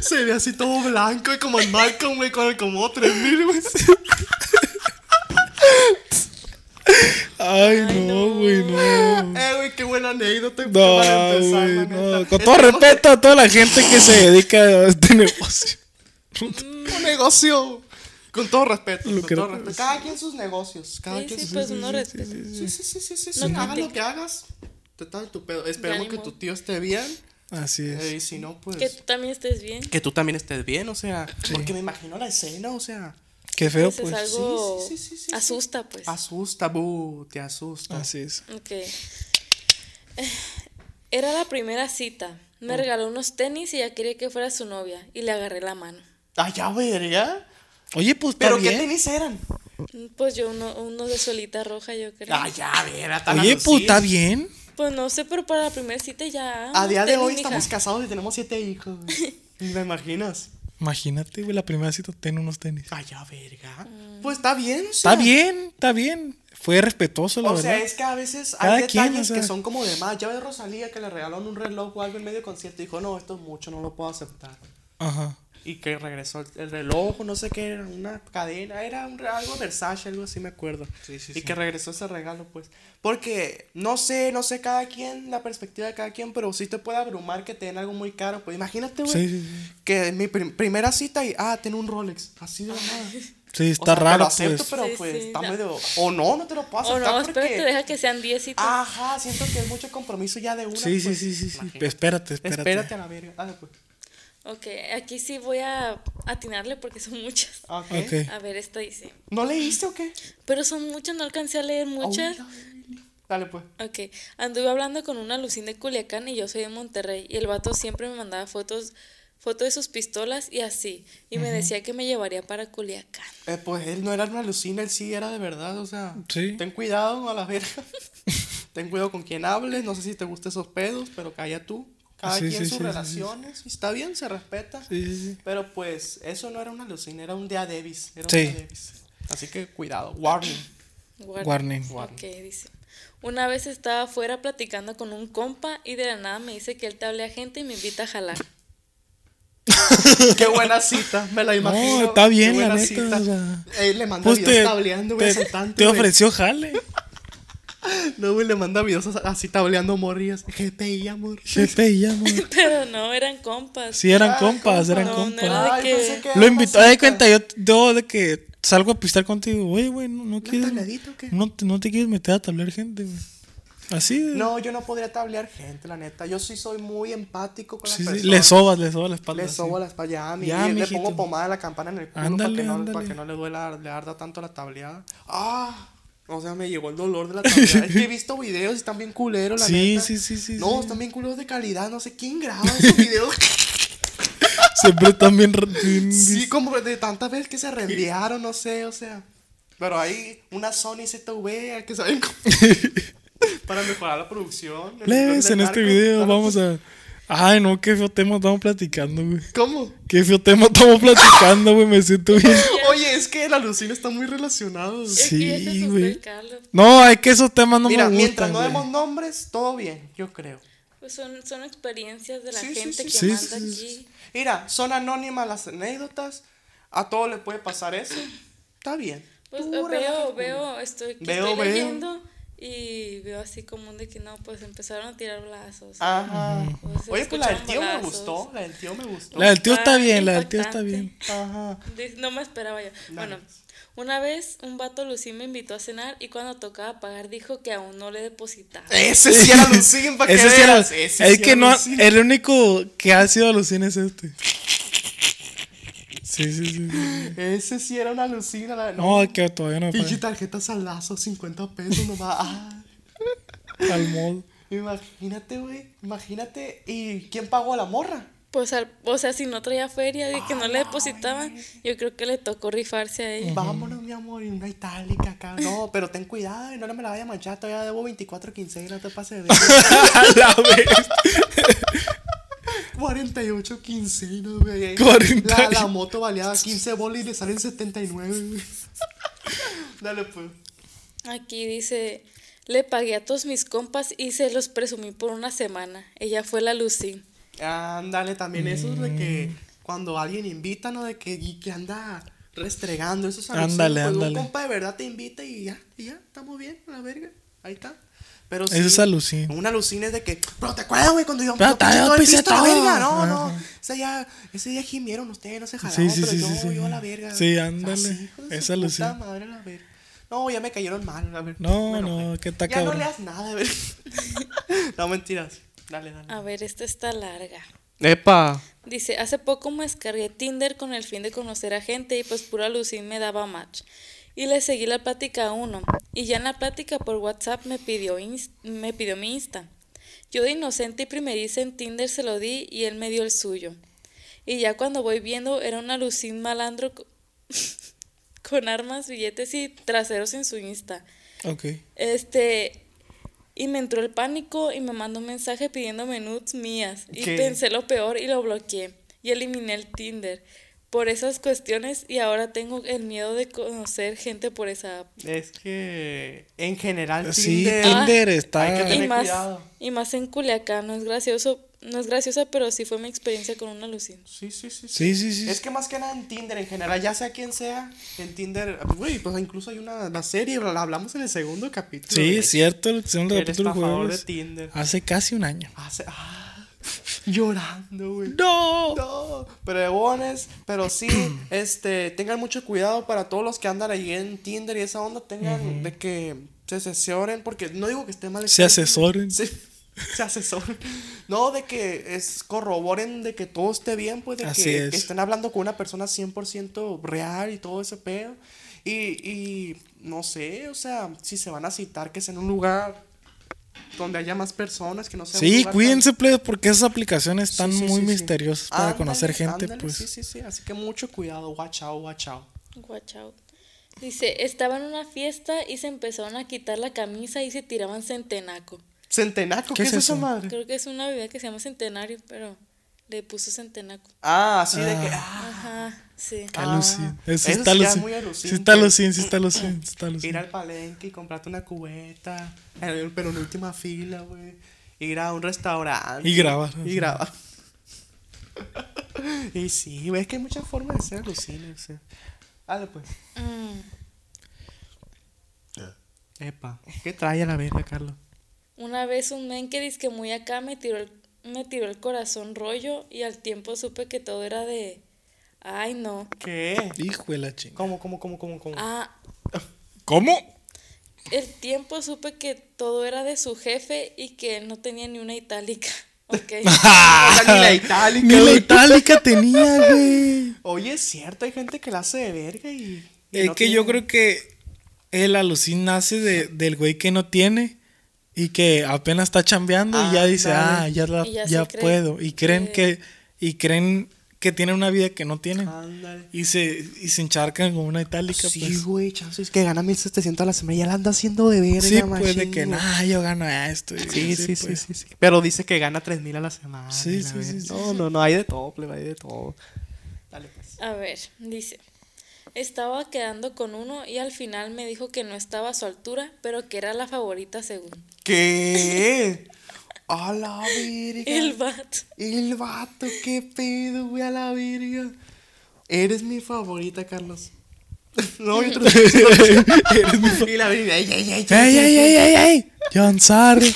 se ve así todo blanco y como el Malcolm, güey, con el como 3000, güey. Ay, no, güey, no. Eh, güey, qué buena anécdota. qué No, para empezar, la güey, neta. no. Con todo Tenemos respeto a toda la gente que se dedica a este negocio. Un negocio. Con todo respeto. Con Lucrativo. todo respeto. Cada quien sus negocios. Cada Sí, quien sí, sus pues uno respeta. Sí, sí, sí, sí, sí. sí. No Hagas lo critique. que hagas. Te está en tu pedo. Esperemos Ya que ni tu modo. tío esté bien. Así eh, es. y si no, pues. Que tú también estés bien. que tú también estés bien, o sea, porque me imagino la escena, o sea, Qué feo, Pues es pues. algo... sí, sí, sí, sí, sí. Asusta, pues. asusta, bu, te asusta. Así es. Ok. Era la primera cita. Me Oh. regaló unos tenis y ya quería que fuera su novia. Y le agarré la mano. Ay, Ah, ya verga. Oye, pues, Pero ¿pero qué tenis eran. Pues yo uno, uno de solita roja, yo creo. Ay, Ah, ya verga, tan Oye, alucin. pues, ¿está bien? Pues no sé, pero para la primera cita ya. A un día de Ah, tenis, hoy mija. estamos casados y tenemos siete hijos. güey. ¿Me imaginas? Imagínate, güey, la primera cita ten unos tenis. Ay, ya verga. Mm. Pues está bien, o sea. Está bien, está bien. Fue respetuoso, la O sea, verdad. es que a veces hay Cada detalles quien, o sea. que son como de más. Ya ves Rosalía que le regalaron un reloj o algo en medio concierto y dijo, no, esto es mucho, no lo puedo aceptar. Ajá. Y que regresó el- el reloj, o no sé qué, era una cadena, era un, re- algo Versace, algo así me acuerdo. Sí, sí, y sí. que regresó ese regalo, pues. Porque no sé, no sé cada quien, la perspectiva de cada quien, pero sí te puede abrumar que te den algo muy caro. Pues imagínate, güey, Sí, sí, sí. que mi prim- primera cita y, ah, ten un Rolex. Así de la nada. O Sí, está sea, te raro, lo acepto, pues. pero Sí, pues sí, está no. medio. O no, no te lo puedo O aceptar no, porque. Ah. espérate, deja que sean 10 y tú- Ajá, siento que es mucho compromiso ya de una. Sí, sí, pues. sí, sí, sí. Imagínate. Espérate, espérate. Espérate a la verga. Dale, pues. Ok, aquí sí voy a atinarle porque son muchas. Ok. Ok. A ver, esta dice. ¿No leíste o qué? Pero son muchas, no alcancé a leer muchas. Ay, no. Dale, pues. Ok, anduve hablando con un alucín de Culiacán y yo soy de Monterrey y el vato siempre me mandaba fotos, fotos de sus pistolas y así. Y me decía que me llevaría para Culiacán. Eh, pues él no era una alucina, él sí era de verdad, o sea. Sí. Ten cuidado a la verga. ten cuidado con quien hables, no sé si te gustan esos pedos, pero calla tú. Cada Sí, quien sí, sus sí, sí, sí. relaciones, y está bien, se respeta. Sí, sí, sí. Pero pues eso no era una alucina, era un día Davis. Era Sí. un día Davis. Así que cuidado, warning. Guarda. Warning. Ok, dice. Una vez estaba afuera platicando con un compa y de la nada me dice que él te a gente y me invita a jalar. Qué buena cita, me la imagino. está bien, Qué la buena neta, cita. o sea. Eh, le manda Pues videos te, tableando, güey, te- saltante, te güey. ofreció jale. No, güey, le manda videos así tableando morrillas. GPI, amor. Sí, te llamo. Pero no, eran compas. Sí, eran Ah, compas, compa. eran No, no compas. era de Ay, que- pensé que era Lo una invitó, haz de cita. cuenta, yo, yo de que salgo a pistar contigo, oye, güey, no, no quieres. tabladita o qué? No, te- no te quieres meter a tablear gente, güey. Así de. No, yo no podría tablear gente, la neta. Yo sí soy muy empático con las sí, pues, sí, personas. le sobas, le sobas la espalda. Le así. sobo las pa- ya, mi- Ya, y le mijito. pongo pomada de la campana en el culo para Ándale, que, no, para ándale. que no le duela, le arda tanto la tableada. Ah, o sea, me llegó el dolor de la tableada. es que he visto videos y están bien culeros, la Sí, neta. sí, sí, sí, No, sí. están bien culeros de calidad, no sé quién graba esos videos. Siempre están bien. ra- bien- sí, como de tantas veces que se rendearon, no sé, o sea. Pero hay una Sony ZV que saben cómo- para mejorar la producción. el Leves, en del este narco. video Claro, vamos a. Ay, no, qué feo tema estamos platicando, güey. ¿Cómo? Qué feo tema estamos platicando, güey. Me siento bien. Oye, es que la alucina está muy relacionada. Es que ya se Sí, asustó güey. el Carlos. No, es que esos temas no Mira, me mientras gustan. no güey. demos nombres, todo bien, yo creo. Pues son, son experiencias de la Sí, sí, gente sí, que sí, manda sí, aquí. Mira, son anónimas las anécdotas. A todos les puede pasar eso. Está bien. Pues Tú eh, veo, relájate. veo, estoy, que Veo, estoy veo. leyendo y veo así como un de que no, pues empezaron a tirar lazos. Ah, Ajá. Pues, Oye, pues la del tío me escucharon gustó. balazos. La del tío me gustó. La del tío está Ay, bien, la del tío está impactante. bien. Ajá. Dice, Ah, No me esperaba yo. Bueno, una vez un vato Lucín me invitó a cenar y cuando tocaba pagar dijo que aún no le depositaba. Ese Este sí era Lucín, para que Ese sí era- veas. Ese es sí que era no, eh. Lucín. el único que ha sido alucina es este. Sí, sí, sí. sí. Ese sí era una Lucina. La... No, pues. No, es que todavía no pinche paga tarjetas al lazo, 50 pesos nomás. Ah, al modo. imagínate, güey. Imagínate. ¿Y quién pagó a la morra? Pues al- o sea, si no traía feria de que no le depositaban, yo creo que le tocó rifarse a ella. Vámonos, mi amor, y una itálica acá. No, pero ten cuidado y no me la vaya a manchar. Todavía debo 24 15, no te pases de ver. A la vez. 48 quincenas, güey. 40. La, la moto baleada 15 bolas y le salen 79, güey. Dale, pues. Mm. Aquí dice, le pagué a todos mis compas y se los presumí por una semana. Ella fue la Lucín. Ándale, también eso de que Mm. cuando alguien invita, ¿no? De que, y que anda restregando esos alucinos, Ándale, pues, ándale. Un compa de verdad te invita y ya, y ya, estamos bien, a la verga. Ahí está. Pero Eso es alucin. Una alucina es de que, pero te acuerdas, güey, cuando yo Pero yo te- pinche yo todo el pisé pisto a la todo". verga, no, no. Ajá. Ese día, ese día gimieron ustedes, no se jalaron, Sí, sí, pero sí, yo, sí, sí. yo a la verga. Sí, O sea, ándale, sí, hijo de es su alucina. puta madre, la verga. No, ya me cayeron mal, la verga. No, Me no, enojé. que está Ya no cabrón. leas nada, verga. no, mentiras. Dale, dale. A ver, esta está larga. Epa. Dice, hace poco me descargué Tinder con el fin de conocer a gente y pues pura Lucín me daba match. Y le seguí la plática a uno. Y ya en la plática por WhatsApp me pidió, ins- me pidió mi Insta. Yo de inocente y primeriza en Tinder se lo di y él me dio el suyo. Y ya cuando voy viendo era una Lucín malandro co- con armas, billetes y traseros en su Insta. Ok. Este, y me entró el pánico y me mandó un mensaje pidiéndome nudes mías. Y ¿Qué? pensé lo peor y lo bloqueé. Y eliminé el Tinder. por esas cuestiones y ahora tengo el miedo de conocer gente por esa app. Es que en general Sí, Tinder, Tinder está. hay que tener Y más, cuidado. y más en Culiacán, no es gracioso, no es graciosa, pero sí fue mi experiencia con una Lucín. Sí, sí, sí. Sí, sí, sí. Es que más que nada en Tinder en general, ya sea quien sea, en Tinder, güey, pues incluso hay una, una serie, la hablamos en el segundo capítulo. Sí, de- es cierto, el segundo El capítulo del estafador de jueves. Tinder. Hace casi un año. Hace- ah, llorando, güey. ¡No! No, pregones, pero sí, este, tengan mucho cuidado para todos los que andan ahí en Tinder y esa onda, tengan de que se asesoren, porque no digo que esté mal. Se asesoren. Se, se asesoren. No, de que es, corroboren de que todo esté bien, pues de que, Así que es. estén hablando con una persona 100% real y todo ese pedo. Y, y no sé, o sea, si se van a citar, que sea en un lugar donde haya más personas, que no sea un Sí, lugar tan- cuídense, plebes, porque esas aplicaciones están Sí, sí, muy sí, sí. misteriosas para Ándale, conocer gente, ándale, pues. Sí, sí, sí. Así que mucho cuidado. Watch out, watch out. Watch out. Dice, estaba en una fiesta y se empezaron a quitar la camisa y se tiraban centenaco. Centenaco, ¿qué, es esa madre? Creo que es una bebida que se llama centenario, pero le puso centenaco. Ah, así de que. ah, Ajá, sí. Está alucin. eso Eso está sí ya alucin. muy Sí alucin, está pues. alucin, sí está alucin, sí está alucin. ir al palenque y comprarte una cubeta. eh, Pero en última fila, güey. Ir a un restaurante. Y grabar. Y grabar. y sí, güey, es que hay muchas formas de ser alucina. O sea. Dale, pues. Mm, Epa, ¿qué trae a la verga, Carlos? Una vez un men que dice que muy acá me tiró, el, me tiró el corazón rollo y al tiempo supe que todo era de... Ay, no. ¿Qué? Hijo de la chingada. ¿Cómo, cómo, cómo, cómo, cómo? Ah, ¿Cómo? el tiempo supe que todo era de su jefe y que no tenía ni una itálica. Ok. O sea, ni la itálica. Ni la güey. itálica tenía, güey. Oye, es cierto, hay gente que la hace de verga y. y Es no que yo tiene- creo que el alucin nace de, del güey que no tiene y que apenas está chambeando y ya dice, ah, Ándale. ya, la- Y ya ya, se cree puedo. Y creen que, y creen que tienen una vida que no tienen. Ándale. Y se, y se encharcan con una itálica. Ah. Sí, pues. güey, chance, es que gana 1700 a la semana y ya la anda haciendo de verga, Sí, pues machín, de que güey. nada, yo gano esto. y- Sí, sí, sí, pues. sí, sí. Pero dice que gana 3000 a la semana. Sí, y la sí, verga. sí, sí, No, no, no, hay de todo, plebe, hay de todo. Dale, pues. A ver, dice. Estaba quedando con uno y al final me dijo que no estaba a su altura, pero que era la favorita según. ¿Qué? A la verga. El bat. El vato, qué pedo, güey, a la verga. Eres mi favorita, Carlos. No, yo te Eres mi favorita. Y la verga, ey, ey, ey, ¡Ey, ey, ey, ey, ey, ey! John Sarri.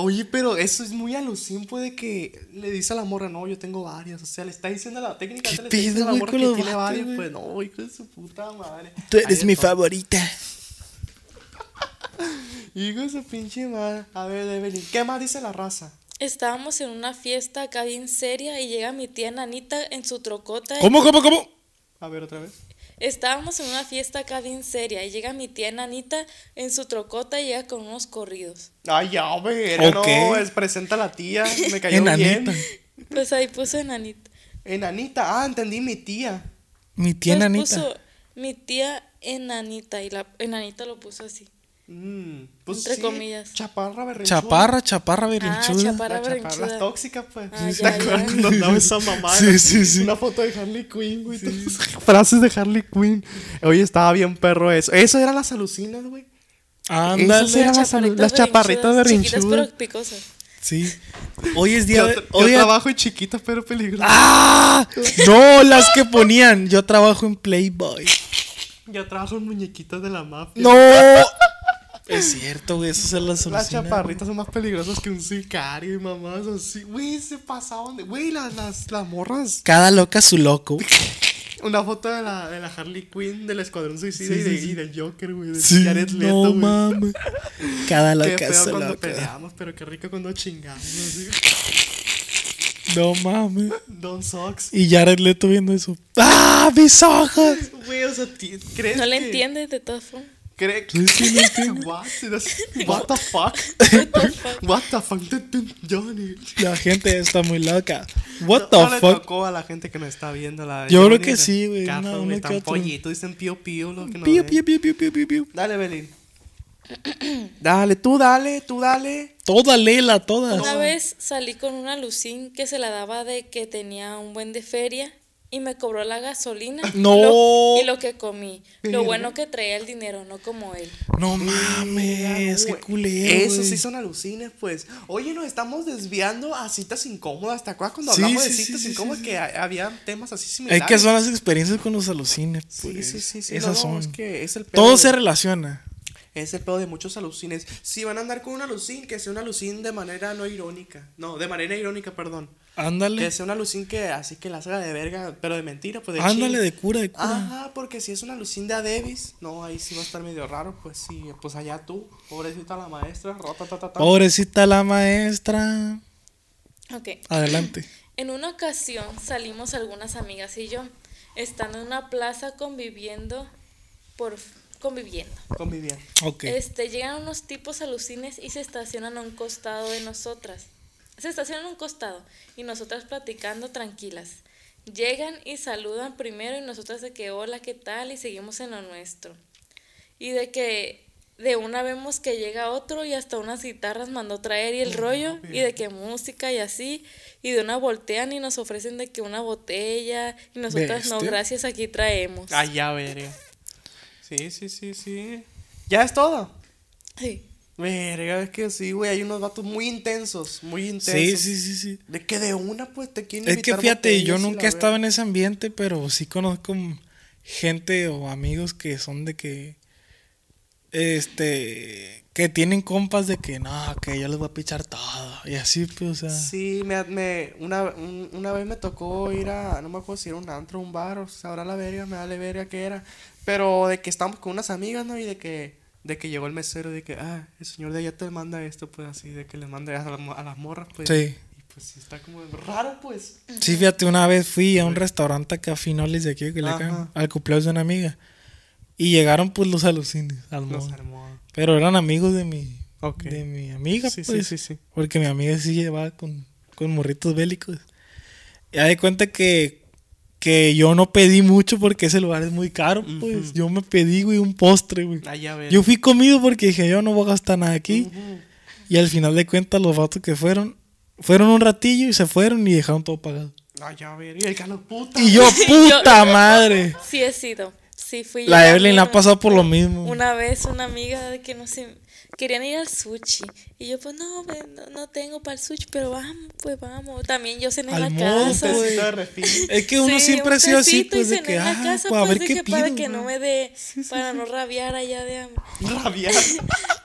Oye, pero eso es muy alucin, puede que le dice a la morra, no, yo tengo varias. O sea, le está diciendo la técnica, ¿Qué le está diciendo pedo, a la güey, morra con que los tiene vatos, varias. güey? Pues no, hijo de su puta madre. Tú eres Ahí mi está. favorita. Hijo de su pinche madre. A ver, Evelyn, ¿qué más dice la raza? Estábamos en una fiesta acá bien seria y llega mi tía Nanita en su trocota. ¿Cómo, cómo, cómo? A ver, otra vez. Estábamos en una fiesta acá bien seria y llega mi tía Nanita en su trocota y llega con unos corridos. Ay, ya, ver, Ok. no, es presenta a la tía, me cayó Enanita. bien. Pues ahí puso Nanita. Enanita, ah, entendí, mi tía. Mi tía Pues Nanita. puso mi tía Enanita y la Enanita lo puso así. Mm, pues Entre sí, comillas. Chaparra, berrinchuda. Chaparra, chaparra Ah, berrinchuda. chaparra La chaparra, berrinchuda. las tóxicas, pues. Ah, ¿Se ya, acuerdan ya. cuando andaba esa mamá? Sí, Era sí, sí. Una foto de Harley Quinn, güey. todas esas Frases de Harley Quinn. Oye, estaba bien perro eso. Eso eran las alucinas, güey. Esas Ándale. eran las, alu- las chaparritas Chiquitas berrinchudas. pero picosas. Sí. Hoy es día Yo, de. tra- yo hoy es- trabajo en chiquitas, pero peligrosas. ¡Ah! No, las que ponían. Yo trabajo en Playboy. Yo trabajo en muñequitas de la mafia. ¡No! Es cierto, güey. Esas son las Las alucinas. chaparritas son más peligrosas que un sicario y mamás así. Güey, se pasaban de. Güey, las, las, las morras. Cada loca su loco. Una foto de la, de la Harley Quinn, del Escuadrón Suicida Sí, y, sí, de- sí. y del Joker, güey. De Sí, Jared Leto, no güey. mames. Cada Qué loca feo su cuando loco. peleamos, pero qué rico cuando chingamos. así. No mames. Don Sox. Y Jared Leto viendo eso. ¡Ah! ¡Mis ojos! Güey, o sea, ti- ¿crees No le que- entiendes de todas formas. ¿Crees ¿Crees que no What? What the fuck? What the fuck? Dun, dun, Johnny. La gente está muy loca. What No- no the le fuck? tocó a la gente que nos está viendo la Yo creo Johnny, que la sí, güey, Cafa, no, güey, uno tan que otro. pollito, dicen pío pío los que nos Piu, ven. piu, piu, piu, piu, piu, piu. Dale, Belín. Dale, tú dale, tú dale. Toda Lela, todas. Una vez salí con una Lucín que se la daba de que tenía un buen de feria y me cobró la gasolina No. lo- y lo que comí. Verga. Lo bueno que traía el dinero, no como él. No mames, qué Güey, culero. Eso güey. sí son alucines, pues. Oye, nos estamos desviando a citas incómodas. ¿Te acuerdas cuando Sí, hablamos sí, de sí, citas sí, incómodas sí, que ha- había temas así similares? Es que son las experiencias con los alucines. Sí, pues. sí, sí, sí. Esas no, no, son. es que es el pedo Todo de- se relaciona. Es el pedo de muchos alucines. Si van a andar con un alucín, que sea un alucín de manera no irónica. No, de manera irónica, perdón. Ándale. Que sea un alucín que así que la haga de verga, pero de mentira, pues de Ándale chile. de cura, de cura. Ajá, porque si es una alucín de a Davis, no, ahí sí va a estar medio raro, pues sí, pues allá tú, pobrecita la maestra, rota, ta, ta, ta. Pobrecita la maestra. Ok. Adelante. En una ocasión salimos algunas amigas y yo, estando en una plaza conviviendo por conviviendo. Convivían. Ok. Este, llegan unos tipos alucines y se estacionan a un costado de nosotras. Se estacionan a un costado y nosotras platicando tranquilas. Llegan y saludan primero y nosotras de que hola, ¿qué tal? Y seguimos en lo nuestro. Y de que de una vemos que llega otro y hasta unas guitarras mandó traer y el rollo y de que música y así y de una voltean y nos ofrecen de que una botella y nosotras no, Bestia. gracias, aquí traemos. Allá verga. Sí, sí, sí, sí. Ya es todo. Sí. Verga, es que sí, güey, hay unos vatos muy intensos, muy intensos. Sí, sí, sí, sí. De que de una, pues te quieren Es que invitar fíjate, yo botellas y la nunca verga. estaba en ese ambiente, pero sí conozco m- gente o amigos que son de que. Este. Que tienen compas de que no, que yo les voy a pichar todo. Y así, pues, o sea. Sí, me, me- una, un- una vez me tocó ir a, no me acuerdo si era un antro, un bar, o sabrá la verga, me vale verga que era. Pero de que estábamos con unas amigas, ¿no? Y de que, de que llegó el mesero, de que, ah, el señor de allá te manda esto, pues así, de que le manda a, la mo- a las morras, pues. Sí. Y pues sí, está como raro, pues. Sí, fíjate, una vez fui a un restaurante acá a Finolis de aquí, que le Ajá. al cumpleaños de una amiga. Y llegaron, pues, los alucines. al Los modo. armó. Pero eran amigos de mi, Ok. de mi amiga, Sí, sí, pues. sí, sí. Porque mi amiga sí llevaba con, con morritos bélicos. Ya de cuenta que, que yo no pedí mucho porque ese lugar es muy caro, pues. Yo me pedí, güey, un postre, güey. Allá verga. Yo fui comido porque dije, yo no voy a gastar nada aquí. Ujú. Y al final de cuentas, los vatos que fueron, fueron un ratillo y se fueron y dejaron todo pagado. Allá verga. Y el Carlos puta. Y yo, puta madre. Sí he sido. Sí fui yo La Evelyn también. la ha pasado por lo mismo. Una vez una amiga de que no sé, querían ir al sushi y yo pues no, ve, no, no tengo para el sushi, pero vamos, pues vamos. También yo cené en Al la modo, casa. pues. Tecito de refil. Es que uno Sí, siempre un ha sido así, tecito y pues, de cené que, en la ah, casa, pues, a ver de qué que pido. Para que no güey. me dé, para no rabiar allá de hambre. Rabiar.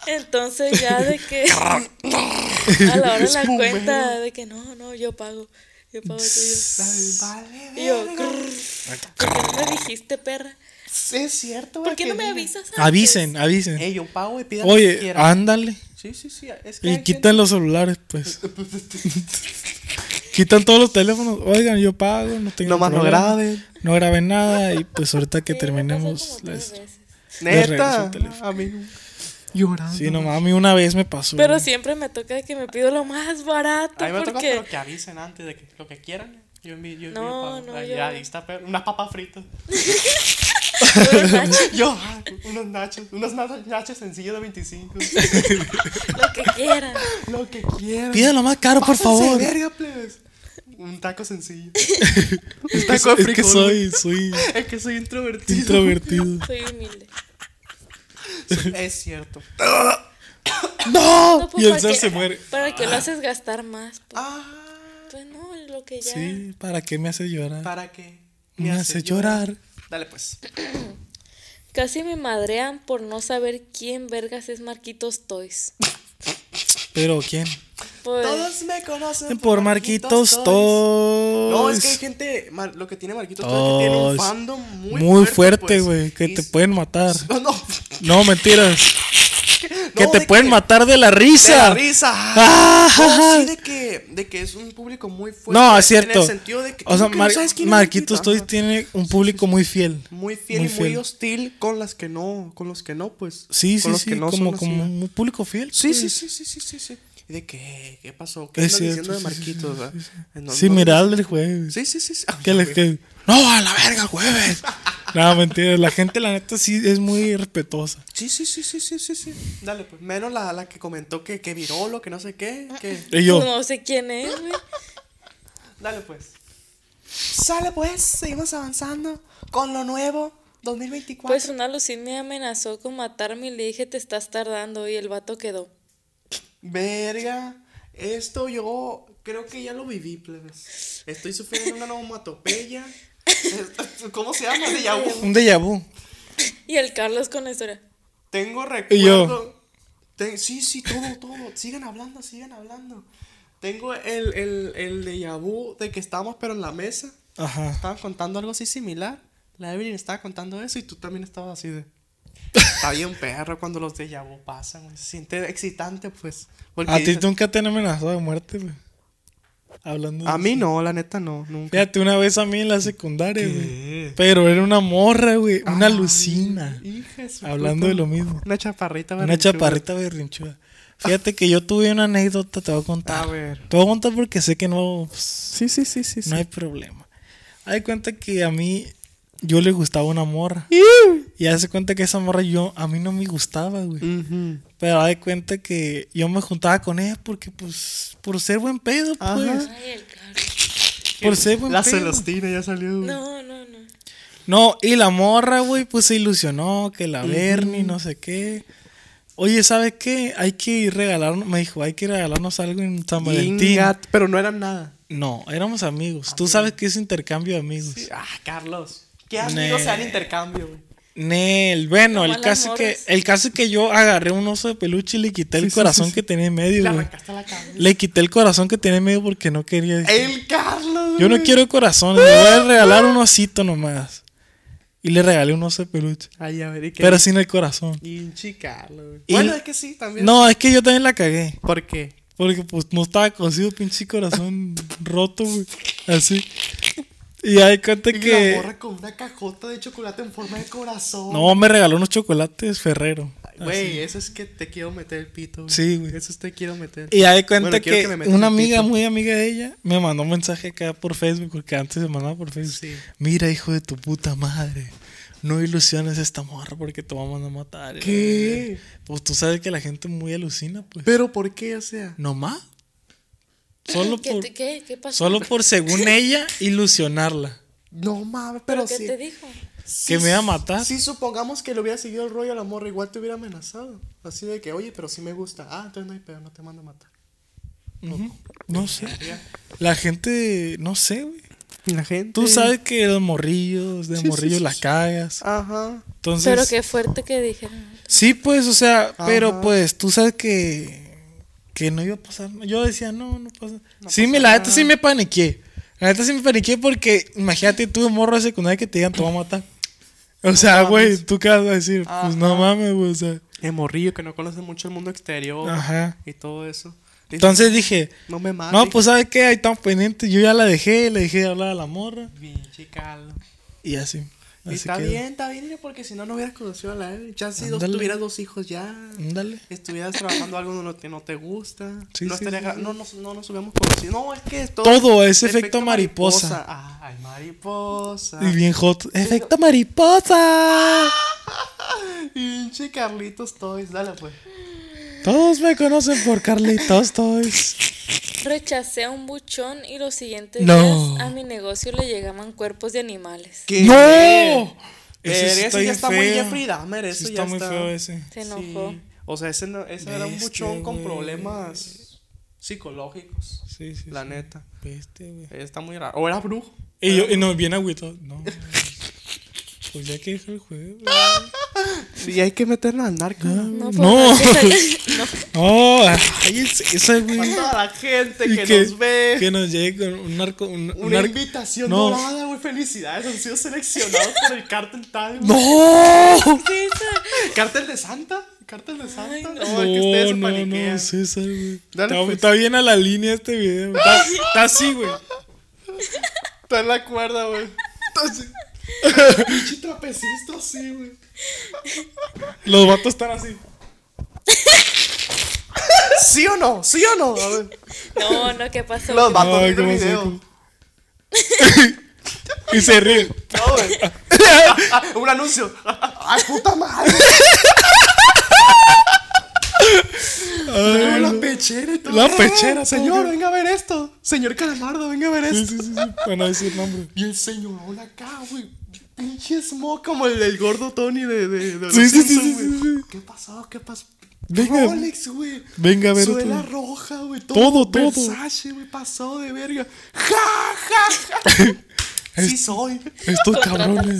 Entonces ya de que a la hora de la Espumero. cuenta de que no, no, yo pago, yo pago tuyo. Vale, Y yo, verga. "Grrr, ¿por qué no me dijiste perra? Sí, Es cierto, ¿Por qué que no me diga. avisas? Ah, antes?" Avisen, avisen. Ey, yo pago y pidan lo que Oye, quieran. ándale. Sí, sí, sí. Es que Y hay gente- quitan los celulares, pues. quitan todos los teléfonos. Oigan, yo pago, no tengo Nomás no problema. graben. No graben nada. Y pues ahorita que Sí, me pasó como terminemos. tres las- veces. Les regreso Neta. el teléfono. A mí nunca. Llorando. Sí, nomás a mí una vez me pasó. Pero güey. siempre me toca que me pido lo más barato A mí me toca, porque pero que avisen antes de que lo que quieran. Yo envío. Yo, No, yo pago. no, Ahí, yo- ahí está, pero unas papas fritas. unos nachos, yo, ah, unos nachos. Unos nachos, nachos sencillos de 25. lo que quieran. lo que quieran. Pida lo más caro, por Pásense, favor. verga, plebes. Un taco sencillo. Un Es que, taco de es que frijol. soy, soy Es que soy introvertido. introvertido. Soy humilde. es cierto. ¡No! No, pues, y el ¿para ser qué- se muere. Ah. ¿Para que lo haces gastar más? Pues, Ah, Pues no, lo que ya. Sí, ¿para qué me hace llorar? ¿para qué? Me hace llorar. Dale, pues. Casi me madrean por no saber quién vergas es Marquitos Toys. Pero ¿quién? Pues, Todos me conocen Por Marquitos Toys. Toys. No, es que hay gente, Mar- lo que tiene Marquitos Toys es que tiene un Toys. fandom muy, Muy fuerte, pues. güey. Que Y- te pueden matar. No, no. No, mentiras. que No, te de pueden matar de la De la risa. risa. Ah. No, sí, de que, de que es un público muy fuerte. no, es cierto. Pues, En el sentido de que. o sea, ¿cómo que no Mar- sabes quién es Marquitos Marquito? Toys Ajá. tiene un público muy fiel. Muy fiel muy y muy fiel. hostil con las que no, con los que no, pues. Sí, con sí, los sí. que no como son así. como un público fiel. Sí, pues. sí, sí, sí, sí, sí, sí. ¿Y de qué? ¿Qué pasó? ¿Qué Es andas diciendo cierto, de sí, sí, sí, Marquitos? ah? No, Sí, no- mirad el jueves. Sí, sí, sí. sí. Ah, Que les que- No, a la verga, jueves. no, mentira. La gente, la neta, sí es muy respetuosa. Sí, sí, sí, sí, sí, sí, sí. Dale, pues. Menos la, la que comentó que, que virolo, que no sé qué. Que... Y yo, No sé quién es, güey. Dale, pues. Sale pues, seguimos avanzando con lo nuevo 2024. Pues una alucín me amenazó con matarme y le dije, te estás tardando. Y el vato quedó. Verga, esto yo creo que ya lo viví, plebes. Estoy sufriendo una onomatopeya. Esto- ¿Cómo se llama? De Yahoo. Un déjà vu. Y el Carlos con la historia. Tengo Y yo. recuerdo. Ten- sí, sí, todo, todo. Sigan hablando, sigan hablando. Tengo el, el, el de Yahoo de que estábamos, pero en la mesa. Ajá. Estaban contando algo así similar. La Evelyn estaba contando eso y tú también estabas así de. Está bien perro cuando los de vu pasan, güey. Se siente excitante, pues. Porque A ti dices, nunca te han amenazado de muerte, güey. Hablando. de A mí eso. no, la neta no, nunca. Fíjate, una vez a mí en la secundaria, güey. ¿Qué? Pero era una morra, güey. Una Ah, alucina. hija de su Hablando puta- de lo mismo. Una chaparrita, Una berrinchuda. chaparrita berrinchuda. Fíjate que yo tuve una anécdota, te voy a A contar. ver. Te voy a contar porque sé que no, pues, Sí, sí, sí, sí. Ah, sí. no hay problema. Hay cuenta que a mí, yo le gustaba una morra. Y hace cuenta que esa morra yo, a mí no me gustaba, güey. Mm. Ujú. Pero haz de cuenta que yo me juntaba con ella porque, pues, por ser buen pedo, pues. Ajá. Ay, el Carlos. Por ser buen La pedo. Celestina ya salió. Mm. No, no, no. No, y la morra, güey, pues se ilusionó que la Bernie, no sé qué. Oye, ¿sabes qué? Hay que ir regalarnos, me dijo, hay que regalarnos algo en San Valentín. Ingat, pero no eran nada. No, éramos amigos. Tú sabes que es intercambio de amigos. Ah, Carlos. ¿Qué amigos Ne. se dan intercambio, güey? Nel, bueno, Como el las caso, es que, morras. el caso es que yo agarré un oso de peluche y le quité el corazón que tenía en medio, Le güey. arrancaste la cabeza. Le quité el corazón que tenía en medio porque no quería. El Carlos. Yo no güey. quiero corazones, le voy a regalar un osito nomás. Y le regalé un oso de peluche. Ay, a ver, ¿y qué? Pero sin el corazón. Hinchi Carlos. güey. Y- Bueno, es que sí, también. No, es que yo también la cagué. ¿Por qué? Porque pues no estaba cosido, pinche corazón roto, güey. Así. Y hay cuenta Y que. la morra con una cajota de chocolate en forma de corazón. No, me regaló unos chocolates Ferrero. Güey, eso es que te quiero meter el pito. Sí, güey. Eso es te quiero meter. Y hay cuenta Bueno, quiero que, que me metas una el amiga, pito. muy amiga de ella, me mandó un mensaje acá por Facebook, porque antes se mandaba por Facebook. Sí. Mira, hijo de tu puta madre, no ilusiones a esta morra porque te vamos a matar. ¿Qué? Pues tú sabes que la gente muy alucina, pues. Pero ¿por qué? O sea. Nomás. Solo ¿Qué, por, te- qué, ¿Qué pasó? solo por, según ella, ilusionarla. No mames, pero, ¿Pero qué sí. te dijo? que me iba a matar. Si supongamos que le hubiera seguido el rollo a la morra, igual te hubiera amenazado. Así de que, oye, pero si me gusta. Ah, entonces no hay pedo, no te mando a matar. Ujú. No sé. La gente, no sé, güey. Y la gente. Tú sabes que los morrillos, de Sí, sí, morrillos sí, las sí. cagas. Ajá. Entonces, Pero qué fuerte que dijeron. sí, pues, o sea, pero Ajá. pues tú sabes que que no iba a pasar. Yo decía, no, no pasa. sí, me, la neta sí me paniqué. La neta sí me paniqué porque imagínate tú de morro de secundaria que te digan, te voy a matar. O sea, güey, tú qué vas a decir, pues no mames, güey, o sea. El morrillo que no conoce mucho el mundo exterior. Ajá. Y todo eso. Dice, Entonces dije, no me mates. no, pues sabes qué, ahí estamos pendientes. Yo ya la dejé, le dejé de hablar a la morra Pinche Carlos. y así. Y así está quedó. bien, está bien, mira, porque si no, no hubieras conocido a la Evelyn. Ya si dos, Ándale. tuvieras dos hijos ya. Ándale. Estuvieras trabajando algo en lo que no te gusta. Sí, no, sí, estaría sí, gra- sí. no, nos- no nos hubiéramos conocido. No, es que todo. Todo es efecto mariposa. Ay, mariposa. Y bien hot. Efecto mariposa. Pinche Carlitos Toys, dale pues. Todos me conocen por Carlitos Toys. Rechacé a un buchón y los siguientes No. días a mi negocio le llegaban cuerpos de animales. ¡No! Verga, sí Eh, ese está ya bien está muy feo. Jeffrey Dahmer, eso Sí ya está muy está- feo ese. Se enojó. Sí. O sea, ese, no- ese era un Bestia, buchón con güey. problemas psicológicos. Sí, sí. La sí. neta. Bestia, güey. Está muy raro. O era brujo. Y yo, y no, bien agüitado. No. güey. Pues ya que dejó el juego. güey. Y hay que meterla al narco. Ah. No, pues, No. no. No, ay, es esa, güey. A toda la gente Y que, nos ve. Que nos llegue con un narco. Un, un Una narco- invitación no. dorada, güey. Felicidades, han sido seleccionados por el cártel tal. güey. ¡No! ¿Cártel de Santa? ¿Cártel de Santa? no, No, es que ustedes se no, paniquean. no, César, güey. Dale, Está, pues. está bien a la línea este video. Está, está así, güey. Está en la cuerda, güey. Entonces, pinche trapecista así, güey. Los vatos están así. ¿Sí o no? ¿Sí o no? A ver. No, no, ¿qué pasó? Los ¿Qué- vatos Ay, viendo cómo el se- video. cómo- Y se ríen. No, güey. Un anuncio. ¡Ay, puta madre! Traigo la pechera y todo. La ¡Eh, pechera, Señor, ok. venga a ver esto. Señor Calamardo, venga a ver Sí, esto. sí, sí, sí, Para no decir nombre. Y el señorón acá, güey. Pinche smoke como el del gordo Tony de. de, de Sí, los sí, sí, Simpson, sí, sí, güey. sí. ¿Qué pasó? ¿Qué pasó? Venga. Rolex, güey. Venga a ver Suela otro. roja, güey. Todo, todo. Versace, güey. Pasó de verga. ¡Ja, ja, ja! sí soy. Estos cabrones.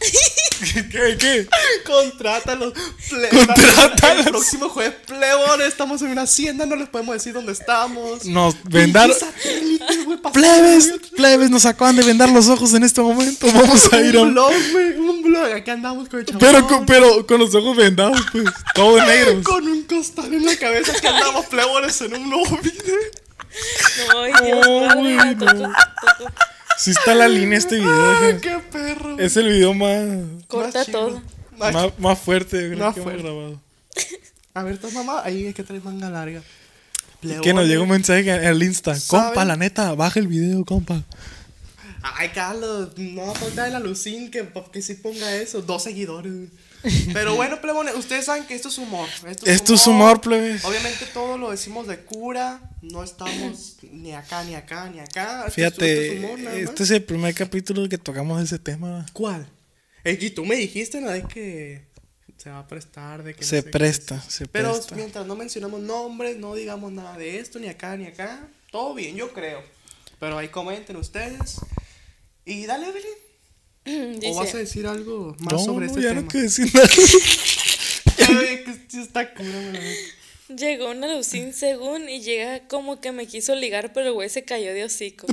¿Qué? ¿Qué? Contrátalos. ple- Contrátalos. El próximo jueves, plebón. Estamos en una hacienda. No les podemos decir dónde estamos. Nos vendaron. Pinche satélite, güey, pasó Plebes, de verga. plebes, nos acaban de vendar los ojos en este momento. Vamos a ir a Un un. blog, güey. Un blog. Acá andamos con el chabón. Pero, con- pero con los ojos vendados, pues. Todos negros. Con un costal en la cabeza que andamos plebones en un lobby. No, ay, Dios, No, padre, güey, tocó- no. tocó- Sí está la línea este video. Ay, deja. qué perro. Es el video más, Corta todo. A más, más fuerte creo, Más que fuerte. hemos grabado. ver, esta mamá, ahí es que traes manga larga. Plebón, Que nos llegó un güey. mensaje en el Insta. ¿Saben? Compa, la neta, baja el video, compa. Ay, Carlos, no ponga el alucín que, que sí ponga eso. Dos seguidores. güey. Pero bueno, plebones, ustedes saben que esto es humor. Esto Esto es humor, plebes. Obviamente todo lo decimos de cura. No estamos ni acá, ni acá, ni acá. Esto es- Fíjate, esto es humor, nada más. este es el primer capítulo que tocamos de ese tema. ¿Cuál? Eh, y tú me dijiste una vez que se va a prestar, de que no Se sé qué. presta, se Pero presta. mientras no mencionamos nombres, no digamos nada de esto, ni acá, ni acá, todo bien, yo creo. Pero ahí comenten ustedes. Y dale, Evelyn. ¿O vas a Mm, Dice, decir algo más No, sobre no, este ya tema? no que decir nada. Ay, que sí está cura, güey. llegó una Lucín según y llega como que me quiso ligar, pero el güey se cayó de hocico.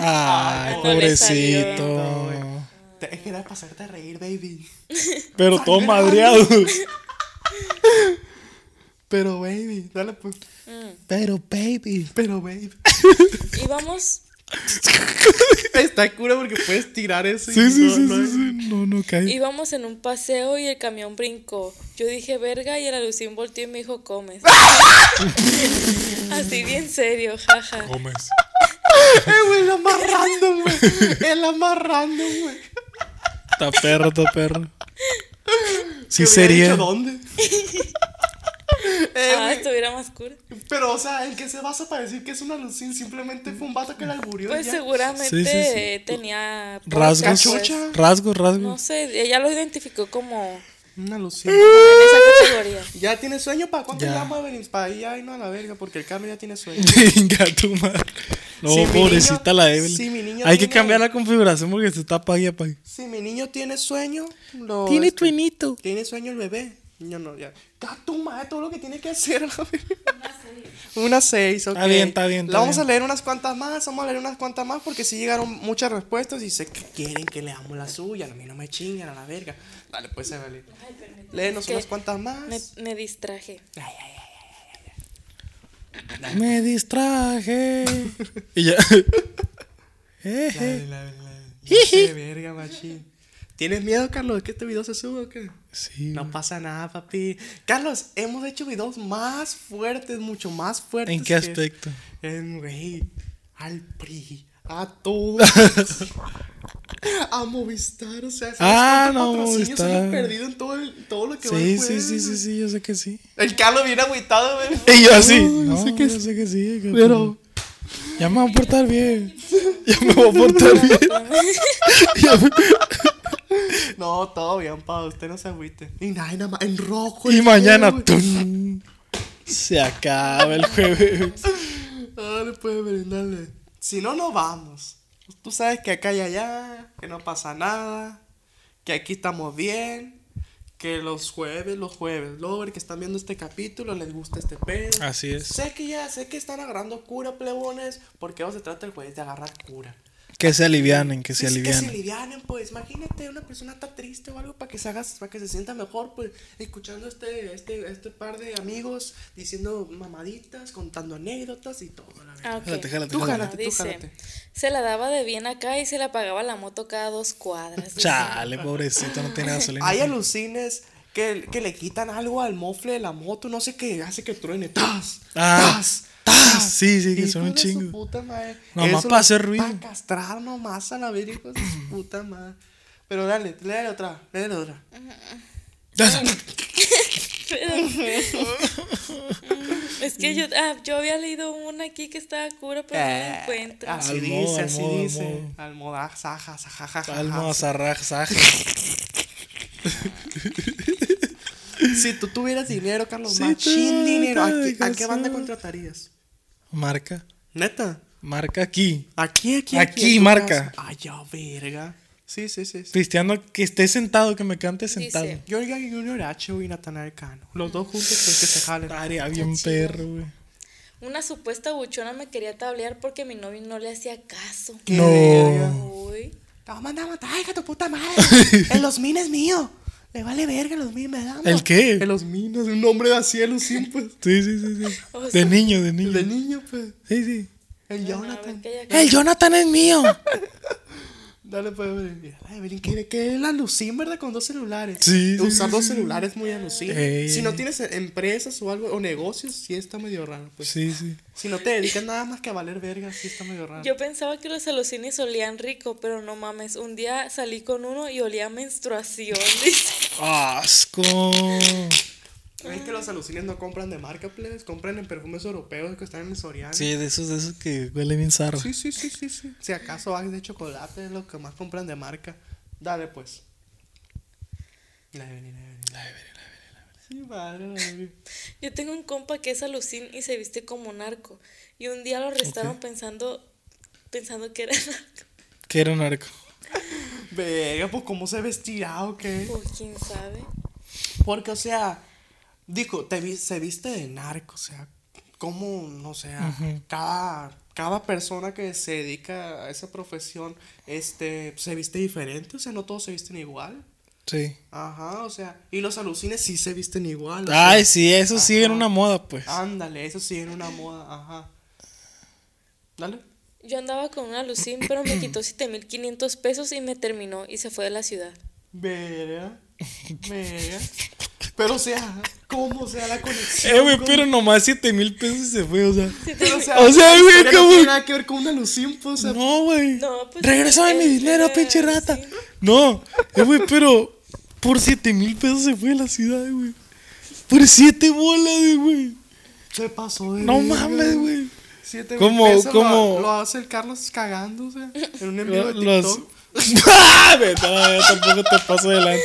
Ay, no le salió. pobrecito. Te- Es que era para hacerte reír, baby. Pero todo Sangrando. madreado. Pero, baby, dale pues. Pero, baby. Pero, baby. Y vamos, Está cura porque puedes tirar eso. y Sí, sí, no- sí, no sí, es- sí. No, no cae. íbamos en un paseo y el camión brincó. Yo dije, verga, y el Lucín volteó y me dijo, comes. Así bien serio, jaja. Gómez. Eh, güey, la más random, güey. Es la más random, güey. Está perro, está perro. Sí, Que hubiera sería. dicho dónde? Eh, Ah, güey, estuviera más cool. Pero, o sea, ¿en qué se basa para decir que es una alucin? Simplemente fue un vato que la alburió. Pues y ya. seguramente Sí, sí, sí. eh, tenía Rasgos. pues. Cachucha. Rasgos, rasgos. No sé, ella lo identificó como Una alucin. en esa categoría. ¿Ya tiene sueño? ¿Para cuánto Ya. llama Evelyn? Para ahí, ay, no a la verga, porque el Carlos ya tiene sueño. Venga, tu madre. No, Si mi pobrecita niño- la Evelyn. si mi niño Hay que tiene- cambiar la configuración porque se está apague y apague. Si mi niño tiene sueño, lo. Tiene este, truenito. Tiene sueño el bebé. Yo no, ya. Está tu madre, todo lo que tiene que hacer. la verga. Una seis, ok. Está bien, está bien, La está vamos bien. a leer unas cuantas más, vamos a leer unas cuantas más porque sí llegaron muchas respuestas y sé que quieren que leamos la suya. A mí no me chingan a la verga. Dale, pues, Evelyn. Léenos que unas cuantas más. Me, me distraje. Ay, ay, ay. Me distraje. y ya. Eh, Eje. Dale, dale, dale. Qué verga, machín. ¿Tienes miedo, Carlos, de que este video se suba o qué? sí. No pasa nada, papi. Carlos, hemos hecho videos más fuertes, mucho más fuertes. ¿En qué que- aspecto? En, güey, al PRI, a todo. a Movistar, o sea, ¿sabes Ah, cuántos no, patrocinios Movistar. hemos perdido en todo, el- todo lo que va Sí, el sí, sí, jueves? sí, sí, yo sé que sí. El Carlos viene agüitado, güey. Y yo así. No, yo No, sé que yo sé que sí. que- Pero- Ya me voy a portar bien. Ya me voy a portar bien. Ya me- No, todo bien, pa, usted no se agüite. Y nada, y nada más, en rojo. Y el mañana. juego, güey. ¡tum! Se acaba el jueves. Dale, pues, Belén, dale. Si no, no vamos. Tú sabes que acá y allá, que no pasa nada, que aquí estamos bien, que los jueves, los jueves, lovers que están viendo este capítulo les gusta este pedo. Así es. Sé que ya, sé que están agarrando cura, plebones, porque ahora se trata el jueves de agarrar cura. Que se alivianen, que se Es Que se alivianen. alivianen, pues. Imagínate, una persona está triste o algo para que se haga, para que se sienta mejor, pues, escuchando este, este, este par de amigos diciendo mamaditas, contando anécdotas y todo, la verdad. Ah, ok. Jálate, jálate, Tú jálate. jálate, tú Dice, jálate. se la daba de bien acá y se la pagaba la moto cada dos cuadras. dice. Chale, pobrecito, no tiene gasolina. Hay alucines que, que le quitan algo al mofle de la moto, no sé qué, hace que truene. ¡Tas! Ah, ¡Tas! ¡tas! Sí, sí, que Hijo son un de su chingo. puta madre. Nomás Eres pa' una- hacer ruido. pa' castrar nomás a la verga, hijo de su puta madre. Pero dale, léale otra, léale otra. Espérate. es que yo, ah, yo había leído una aquí que estaba cura, pero no la Eh, encuentro. Así Almodo, dice, así almodo, dice. ah, almodo. Almodá, saja, sajaja, Alma, zarraj, zaj. Si tú tuvieras dinero, Carlos, Si machín tú dinero, ¿a, qué- a tuvieras qué banda dinero. contratarías? Marca. Neta. Marca aquí. Aquí, aquí, Aquí, en tu marca. casa. Ay, ya, verga. Sí, sí, sí. sí. Cristiano, que esté sentado, que me cante sentado. Dice. Jorge Junior H y Natanael Cano. Los dos juntos, pues que se jalen. Estaría bien perro, güey. Una supuesta buchona me quería tablear porque mi novio no le hacía caso. Qué verga. No. Uy. Te va a mandar a matar, hija de tu puta madre. En los mines mío. Le vale verga los mines, me da. ¿El qué? En los mines, un hombre de así siempre. Sí, sí, sí, sí. O sea, De niño, de niño. El de niño, pues. Sí, sí. El bueno, a ver, Jonathan. que ella- El Jonathan es mío. Dale, pues, Evelyn. Ay, Evelyn, que, que es la alucín, ¿verdad? Con dos celulares. Sí, sí, Usar sí, dos sí. celulares es muy alucín. Ey, Si no ey. tienes eh, empresas o algo, o negocios, sí está medio raro, pues. Sí, sí. Si no te dedicas nada más que a valer verga, sí está medio raro. Yo pensaba que los alucines olían rico, pero no mames. Un día salí con uno y olía a menstruación. dice. Asco. Es que los alucines no compran de marca, plebes, compran en perfumes europeos que están en el Soriano. Sí, de esos, de esos que huele bien zarro. Sí, sí, sí, sí, sí. Si acaso Axe de chocolate es lo que más compran de marca. Dale, pues. La Evelyn, la Evelyn. La Evelyn, la Evelyn. Sí, madre, la Evelyn. Yo tengo un compa que es alucín y se viste como narco. Y un día lo arrestaron pensando, pensando que era narco. Que era un arco. Verga, pues, ¿cómo se vestirá o qué? O quién sabe. Porque, o sea, dijo, te vi- se viste de narco, o sea, como, no sé, cada, cada persona que se dedica a esa profesión, este, se viste diferente, o sea, no todos se visten igual. Sí. Ajá, o sea, y los alucines sí se visten igual. o sea, Ay, sí, eso sí era Ajá. Ah, una moda, pues. Ándale, eso sí era una moda, ajá. Dale. Yo andaba con un alucín, pero me quitó 7500 pesos y me terminó y se fue de la ciudad. Verga. Verga. Pero o sea, ¿cómo sea la conexión? Eh, güey, con- pero nomás 7 mil pesos y se fue, o sea. Pero, o sea, O sea, la güey, historia No ¿cómo? tiene nada que ver con una alucín, pues, o sea, No, güey. No, pues, Regrésame mi él dinero, era pinche rata. alucín. No, eh, güey, pero por 7 mil pesos se fue de la ciudad, güey. Por 7 bolas, güey. se pasó de No verga, mames, güey. Siete ¿Cómo- mil pesos cómo? Lo, lo hace el Carlos cagándose en un envío de Los... TikTok. ¡Ah! güey, No, yo tampoco te paso adelante.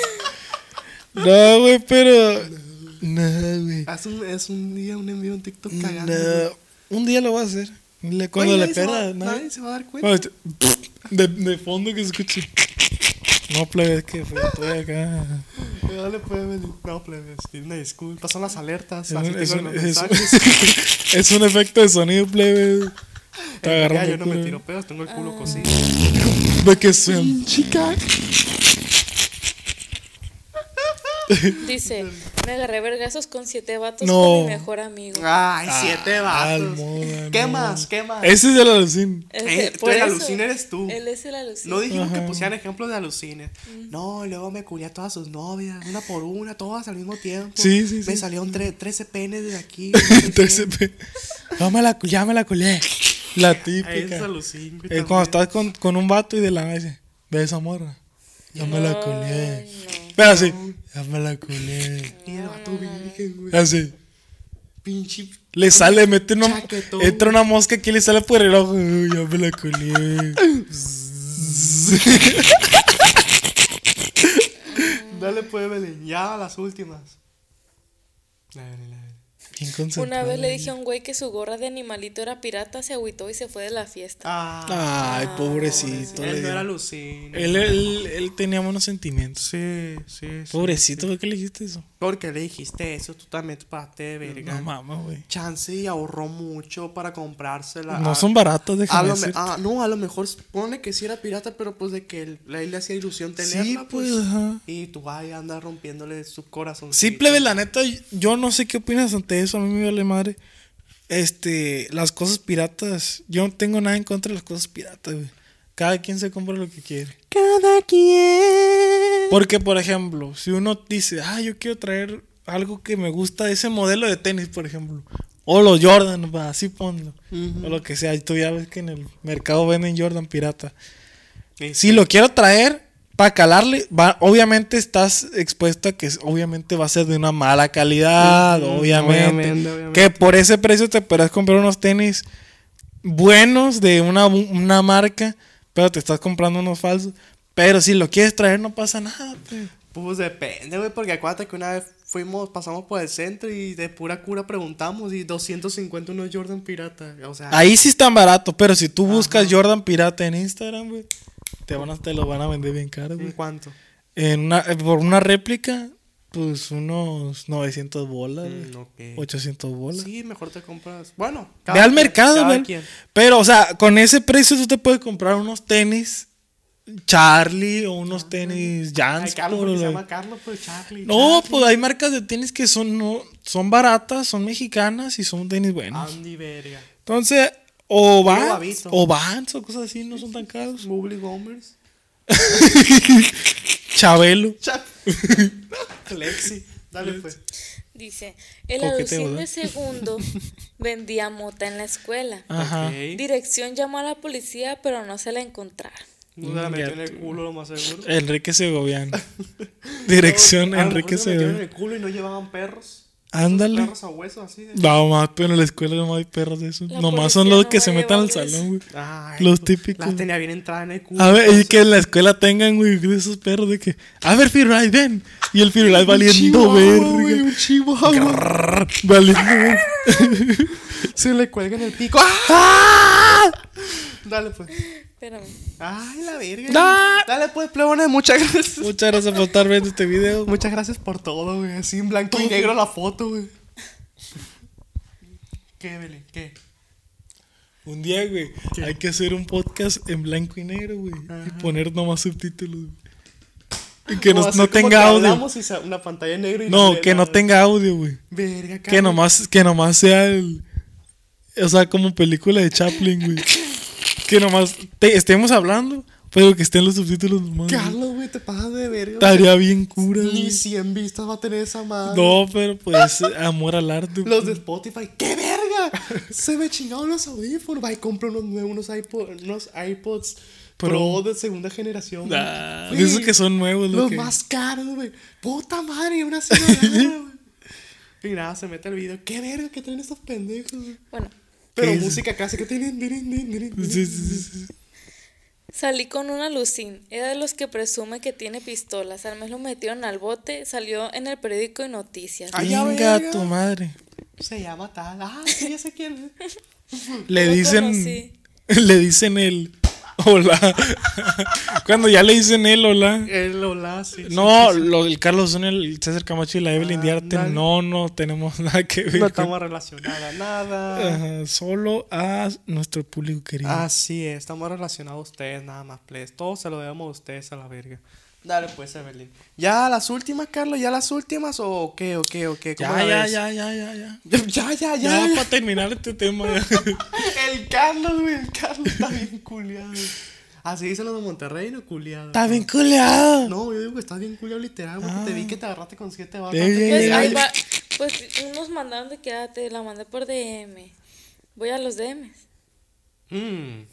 No, güey, pero. No, güey. Hace un, es un día un envío en TikTok cagando. güey. No. Un día lo voy a hacer. Le- Cuando Oye, le nadie se va- perra. ¿no? Nadie se va a dar cuenta. Bueno, este- De, de fondo que se escuche. No, plebe, es que fue todo acá. Dale, plebes. No, plebes. Una disculpa. Son las alertas. Es un, Así es tengo un- los es- mensajes. es un efecto de sonido, plebe. Te Ya, agarrando yo no me culo. tiro pedos, tengo el culo cosido. De que suena. Chica. Dice, me agarré vergazos con siete vatos No. con mi mejor amigo. Ay, siete vatos. Almoda, ¿Qué no. más? ¿Qué más? Ese Ah, es el alucín. Eh, tú el alucín eres tú. Él es el alucín. No dijimos que Ajá. pusieran ejemplos de alucines. No, luego me curé a todas sus novias, una por una, todas al mismo tiempo. Sí, sí, Me sí. salieron tre- 13 penes de aquí. Entonces, pe- no me la, cu- ya me la culé. La típica. Ay, ese Es, es alucín. güey, Eh, cuando también. estás con, con un vato y de la noche. Ve esa morra. Ya me la culé. Ay, Pero así. Ya me la culé. Y el vato virgen, güey. Así. Pinche. Le sale, mete una. Chaquetón. Entra una mosca aquí y le sale por el ojo. Uy, ya me la colé. Dale, pues, Belén. Ya las últimas. La Belén, la Belén. Bien no. concentrado. Una vez le dije a un güey que su gorra de animalito era pirata, se agüitó y se fue de la fiesta. Ah, Ay, pobrecito. le Eh, él no dio. era alucín. él, él, él tenía buenos sentimientos. Sí, sí, sí. Pobrecito, ¿por qué le dijiste eso? Porque le dijiste eso, tú también te pasaste de verga. No mames, güey. Chance y ahorró mucho para comprársela. No Ah, son baratos, a déjame lo me- decirte. ah, no, a lo mejor pone que sí era pirata, pero pues de que él, a él le hacía ilusión tenerla. pues, ajá. Y tú ahí andas rompiéndole su corazón. Sí, plebe, la neta, yo no sé qué opinas ante eso, a mí me vale madre. Este, las cosas piratas, yo no tengo nada en contra de las cosas piratas, güey. Cada quien se compra lo que quiere. Cada quien. Porque, por ejemplo, si uno dice, ah, yo quiero traer algo que me gusta, ese modelo de tenis, por ejemplo. O los Jordan, va, así ponlo. O lo que sea, tú ya ves que en el mercado venden Jordan pirata. Si lo quiero traer, Para calarle, va- obviamente estás expuesto a que es- obviamente va a ser de una mala calidad, Ujú, obviamente, Mm, obviamente, obviamente. Que por ese precio te podrás comprar unos tenis buenos de una, bu- una marca, pero te estás comprando unos falsos. Pero si lo quieres traer no pasa nada. pues. Pues depende, güey, porque acuérdate que una vez fuimos, pasamos por el centro y de pura cura preguntamos y 250 unos Jordan pirata. O sea, Ahí sí están baratos, pero si tú buscas Jordan Pirata en Instagram, güey, te, van a- te lo van a vender bien caro, ¿en güey. cuánto? En una- eh, por una réplica, pues unos 900 bolas, güey. Mm, ok. 800 bolas. Sí, mejor te compras. Bueno, Ve al mercado, cada güey. quien. Pero, o sea, con ese precio tú te puedes comprar unos tenis Charlie o unos tenis Ay, Jans. Carlos, por porque se lo- llama Carlos, pues Charlie. No, Charlie, pues hay marcas de tenis que son, no, son baratas, son mexicanas y son tenis buenos. Andy Verga. Entonces, o Vans, Guavito. o Vans o cosas así, no son tan caros. Bubbly Gomers. Chabelo. Cha- Lexi. Dale, pues. Dice, el Coqueteo, ¿verdad? alucine segundo vendía mota en la escuela. Ah, Ajá. Ok. Dirección llamó a la policía, pero no se la encontraron. No se la metió en el culo, lo más seguro. Enrique Segoviano. Dirección A lo mejor Enrique se metieron en Segoviano. el culo y Ah, no llevaban perros. Ándale. Perros a hueso, así. De... No, más, pero en la escuela no hay perros de esos. La Nomás son policía los no que va se a metan al llevarles. salón, güey. Ay, Los pues, típicos. Las tenía bien entrada en el culo. Pues, A ver, y entonces. que en la escuela tengan, güey, de esos perros de que. A ver, Firulais, ven. Y el Firulais valiendo chihuahua, güey, verga. un chihuahua. Grrr, Valiendo verga. Se le cuelga en el pico. ¡Ah! Dale, pues. Espérame. Ay, la verga. Da- Dale, pues, plebones. Muchas gracias. Muchas gracias por estar viendo este video. Muchas gracias por todo, güey. Así en blanco y negro la foto, güey. ¿Qué, Belén? ¿Qué? Un día, güey, hay que hacer un podcast en blanco y negro, güey. Y poner nomás subtítulos. güey. Y que Como no, así no como tenga que audio. hablamos y sa- una pantalla en negro y No, lee que no nada. tenga audio, güey. Verga, Que cabrón. nomás, que nomás sea el. O sea, como película de Chaplin, güey. Que nomás te- estemos hablando, pero que estén los subtítulos nomás. güey. Carlos, güey, te pasas de verga. Estaría bien cura, güey. güey. Ni 100 vistas va a tener esa madre. No, pero pues amor al arte. güey. Los de Spotify, ¡qué verga! Se me chingaron los audífonos. Va y compro unos nuevos, unos, iPod- unos iPods Pro, Pro. de segunda generación. güey. Ah, Sí. de esos que son nuevos, lo Los que- más caros, güey. Puta madre, una ciudadana, güey. Y nada, se mete el video. ¡Qué verga que traen estos pendejos, güey! Bueno, Pero ¿Qué es? música clásica. tirin, tirin, tirin, tirin, tirin. Sí, sí, sí, sí. salí con un alucín. Era de los que presume que tiene pistolas. Al mes lo metieron al bote, salió en el periódico y noticias. Ay, ya, Venga, verga. tu madre. Se llama tal. Ah, sí, ya sé quién es. Le Hmm. Lo dicen. conocí. Le dicen el. Hola. Cuando ya le dicen el hola. El hola, sí. sí, No, sí, sí. lo- el Carlos Zúñiga, el César Camacho y la Evelyn Diarte, Ándale. no, no tenemos nada que ver. No con- estamos relacionados a nada. Ajá, solo a nuestro público querido. Así es, estamos relacionados a ustedes, nada más, please. Todo se lo debemos a ustedes a la verga. Dale, pues, Evelyn. ¿Ya las últimas, Carlos? ¿Ya las últimas? ¿O qué, o qué, o qué? ¿Cómo ya, la ya, ves? ya, ya, ya, ya. Ya, ya, Ya, ya. para terminar este tema. ya. El Carlos, güey, el Carlos está bien culiado. Así dicen los de Monterrey, no culiado. Está bien culeado. No, yo digo que estás bien culiado literal, porque te vi que te agarraste con siete vacas. Ey, ey, Pues, ey. ahí va- pues unos mandaron de que ah, te la mandé por DM. Voy a los DMs. Mm.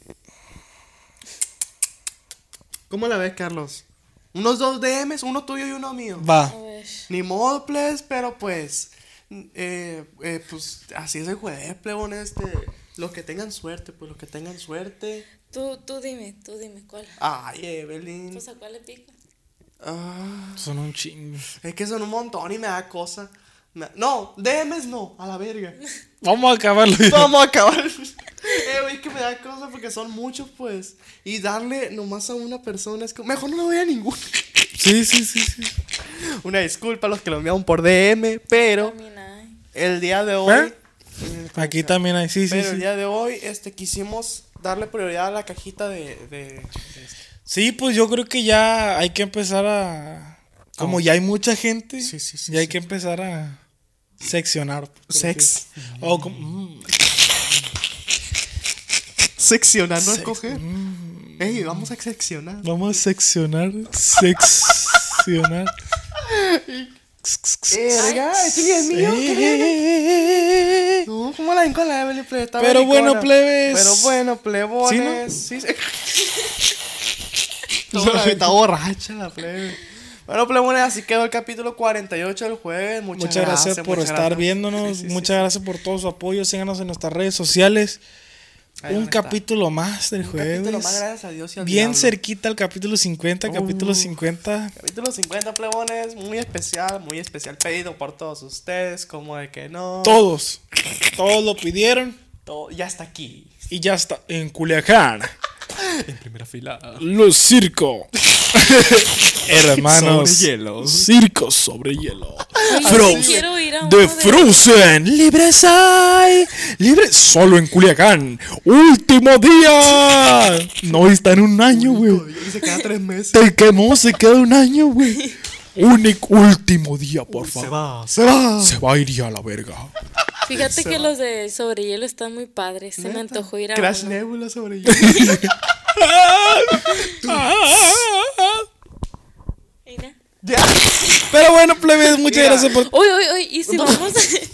¿Cómo la ves, Carlos? Unos dos DMs, uno tuyo y uno mío. Va. A ver. Ni modo, plebes, pero pues. eh, eh, pues así es el jueves, plebón. Este. Los que tengan suerte, pues los que tengan suerte. Tú, tú dime, tú dime cuál. Ay, Evelyn. Pues a cuál le pica. Ah, Son un chingo. es que son un montón y me da cosa. Me- No, DMs no, a la verga. Vamos a acabarlo. ya. Vamos a acabar. Eh, güey, que me da cosa porque son muchos, pues. Y darle nomás a una persona es como. Mejor no le doy a ninguno. Sí, sí, sí, sí. Una disculpa a los que lo enviaron por DM, pero Camina, ay. el día de hoy. mm, ¿Eh? Aquí también hay, sí, sí, Pero el sí. día de hoy, este, quisimos darle prioridad a la cajita de. de- este. Sí, pues yo creo que ya hay que empezar a. Como ya hay mucha gente, Sí, sí, sí, ya hay sí. que empezar a seccionar. por así Sex. decirlo. O como- mm, Seccionar, no escoger. Ey, vamos a seccionar. vamos a seccionar. Seccionar. Verga, este ni Eh, es mío. ¿qué verga? Eh, No, ¿cómo la ven con la Evelyn Plebe? Está Pero belicona. bueno, plebes. Pero bueno, plebones. ¿Sí, no? Sí, sí. Toda está borracha la plebe. Bueno, plebones, así quedó el capítulo 48 del jueves. Muchas, Muchas gracias, por muchas estar gracias. viéndonos. Sí, sí, sí. Muchas gracias por todo su apoyo. Síganos en nuestras redes sociales. Ahí un van a estar. capítulo más del Un jueves. capítulo más, gracias a Dios y al Bien diablo. cerquita al capítulo 50. Capítulo Uf. 50. Capítulo 50, plebones. Muy especial, muy especial pedido por todos ustedes. Como de que no. Todos. Todos lo pidieron. Todo- ya está aquí. Y ya está. En Culiacán. En primera fila. Los circo. Hermanos. Sobre hielo. Circo sobre hielo. Oye, Frozen. quiero ir a uno De de- Frozen. Libres hay. Libres. Solo en Culiacán. Último día. No está en un año, güey. Y se queda tres meses. Te quemó, se queda un año, güey. Único último día, por favor. va, se va. Se va a ir ya a la verga. Fíjate que los de sobre hielo están muy padres. Se me antojó ir a Crash uno. Nebula sobre hielo. Mira. ya. Pero bueno, plebes, muchas gracias por. Uy, uy, uy, y si vamos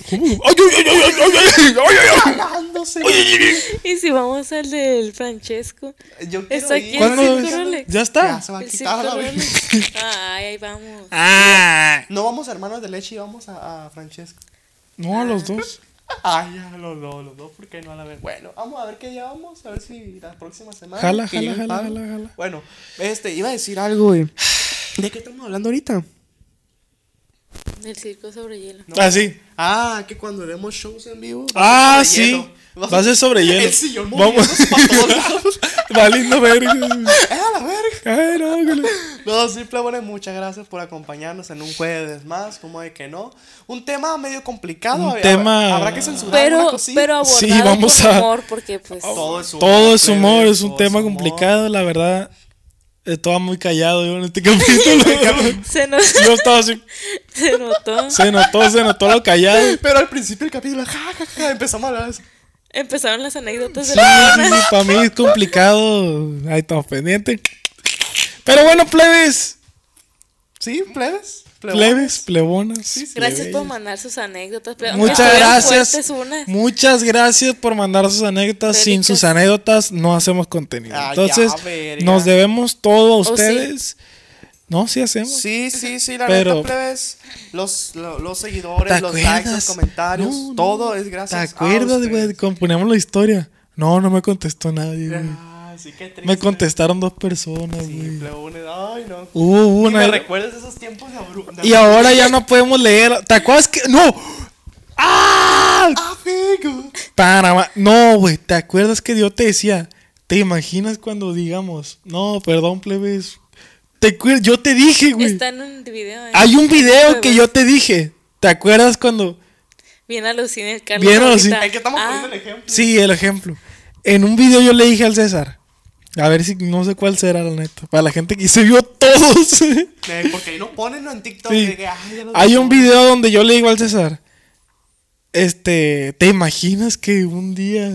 ¿Cómo? ¡Ay, ay, ay, ay, ay, ay, ay, ay, ay, ay! Dándose. y si vamos al del Francesco. Yo quiero Está ir. aquí el ¿Cuándo Circo es? Rolex. ¿Ya Ya está? se va a El quitar la Circo verga. Rolex. Ay, ahí vamos. Ah. No vamos a hermanos de leche y vamos a, a Francesco. No, a los dos. Ay, a los dos, los dos, porque no a la vez. Bueno, vamos a ver qué llevamos, a ver si la próxima semana. Jala, que jala, llegue el jala, Pablo. jala, jala. Bueno, este, iba a decir algo, güey. ¿De qué estamos hablando ahorita? El circo sobre hielo. Ah, sí. Ah, que cuando demos shows en vivo. va Ah, a ser sobre sí. hielo. Va a ser sobre hielo. El sillón Vamos. moviéndose pa' todos lados. Va lindo, verga. ¡Eh, a la verga! Ay, no, que le- No, sí, plebones, muchas gracias por acompañarnos en un jueves más, como de que no. Un tema medio complicado. Un habrá- tema- Habrá que censurar Pero, alguna cosilla. pero abordado Sí, vamos con a- humor, porque pues. Todo es humor. Todo es humor, plebes, es un todo tema humor. complicado, la verdad. Estaba muy callado yo en este capítulo. Se, nos, yo estaba así, se notó. se notó, se notó lo callado. Pero al principio del capítulo, ja, ja, ja, empezamos a hablar de eso. Empezaron las anécdotas Sí, de la sí, sí, para mí es complicado. Ahí estamos pendientes. Pero bueno, plebes. Sí, plebes. plebones. Plebes, plebonas. Gracias por plebeyas. mandar sus anécdotas. pero aunque Muchas estuvieran gracias. fuertes unas. Muchas gracias por mandar sus anécdotas. Sin Bélicas. sus anécdotas no hacemos contenido. Ah, ya, Entonces, verga. nos debemos todo a sí? ustedes. No, sí hacemos. Sí, sí, sí, la Pero- neta, plebes. Los, lo- los ¿Te seguidores, los likes, los acuerdas? comentarios, No, no. todo es Ah, ¿Te gracias a acuerdas, güey? ustedes. Componíamos la historia. No, no me contestó nadie, güey. Ah, sí, qué triste. Me contestaron dos personas, Sí, güey. plebones, ay, no. Hubo Y me una. recuerdas esos tiempos de abru- de Y ahora ya no podemos leer. ¿Te acuerdas que.? ¡No! ¡Ah! Amigo. Para ma- No, güey. ¿Te acuerdas que yo te decía? ¿Te imaginas cuando digamos? No, perdón, plebes. ¿Te acuer- Yo te dije, güey. Está en un video. ¿eh? Hay un video Huevos. que yo te dije. ¿Te acuerdas cuando.? Bien alucina el Carlos. Bien ahorita. alucina. Es que estamos Ah, poniendo el ejemplo. Sí, el ejemplo. En un video yo le dije al César. A ver si no sé cuál será la neta. Para la gente que se vio todos. Eh, Porque ahí no ponen ¿no? en TikTok. Sí. de que, ay, ya los Hay dejamos. un video donde yo le digo al César. Este, ¿te imaginas que un día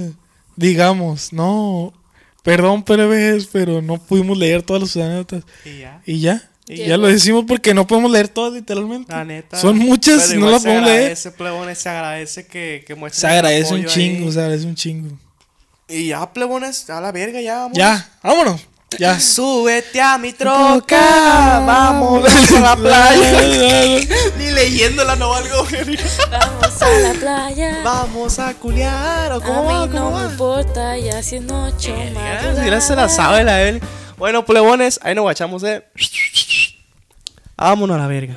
digamos, no, perdón, plebes, pero no pudimos leer todas las anécdotas Y ya. y ya? Y ya lo decimos porque no podemos leer todas literalmente. La neta. Son muchas Pero y no igual las podemos Se leer. agradece, plebones, se agradece que, que muestren Se el agradece un apoyo ahí. chingo, se agradece un chingo. Y ya, plebones, a la verga, ya, vamos. Ya, vámonos. Ya. Súbete a mi troca, vamos a la playa. Ni leyéndola no valgo, güey. Vamos a la playa. Vamos a culiar, o cómo a va, mí no cómo me va. Eh, importa, ya si es noche o Ya, madrugada. Mira, se la sabe la él. Bueno, plebones, ahí nos guachamos, eh. Vámonos a la verga.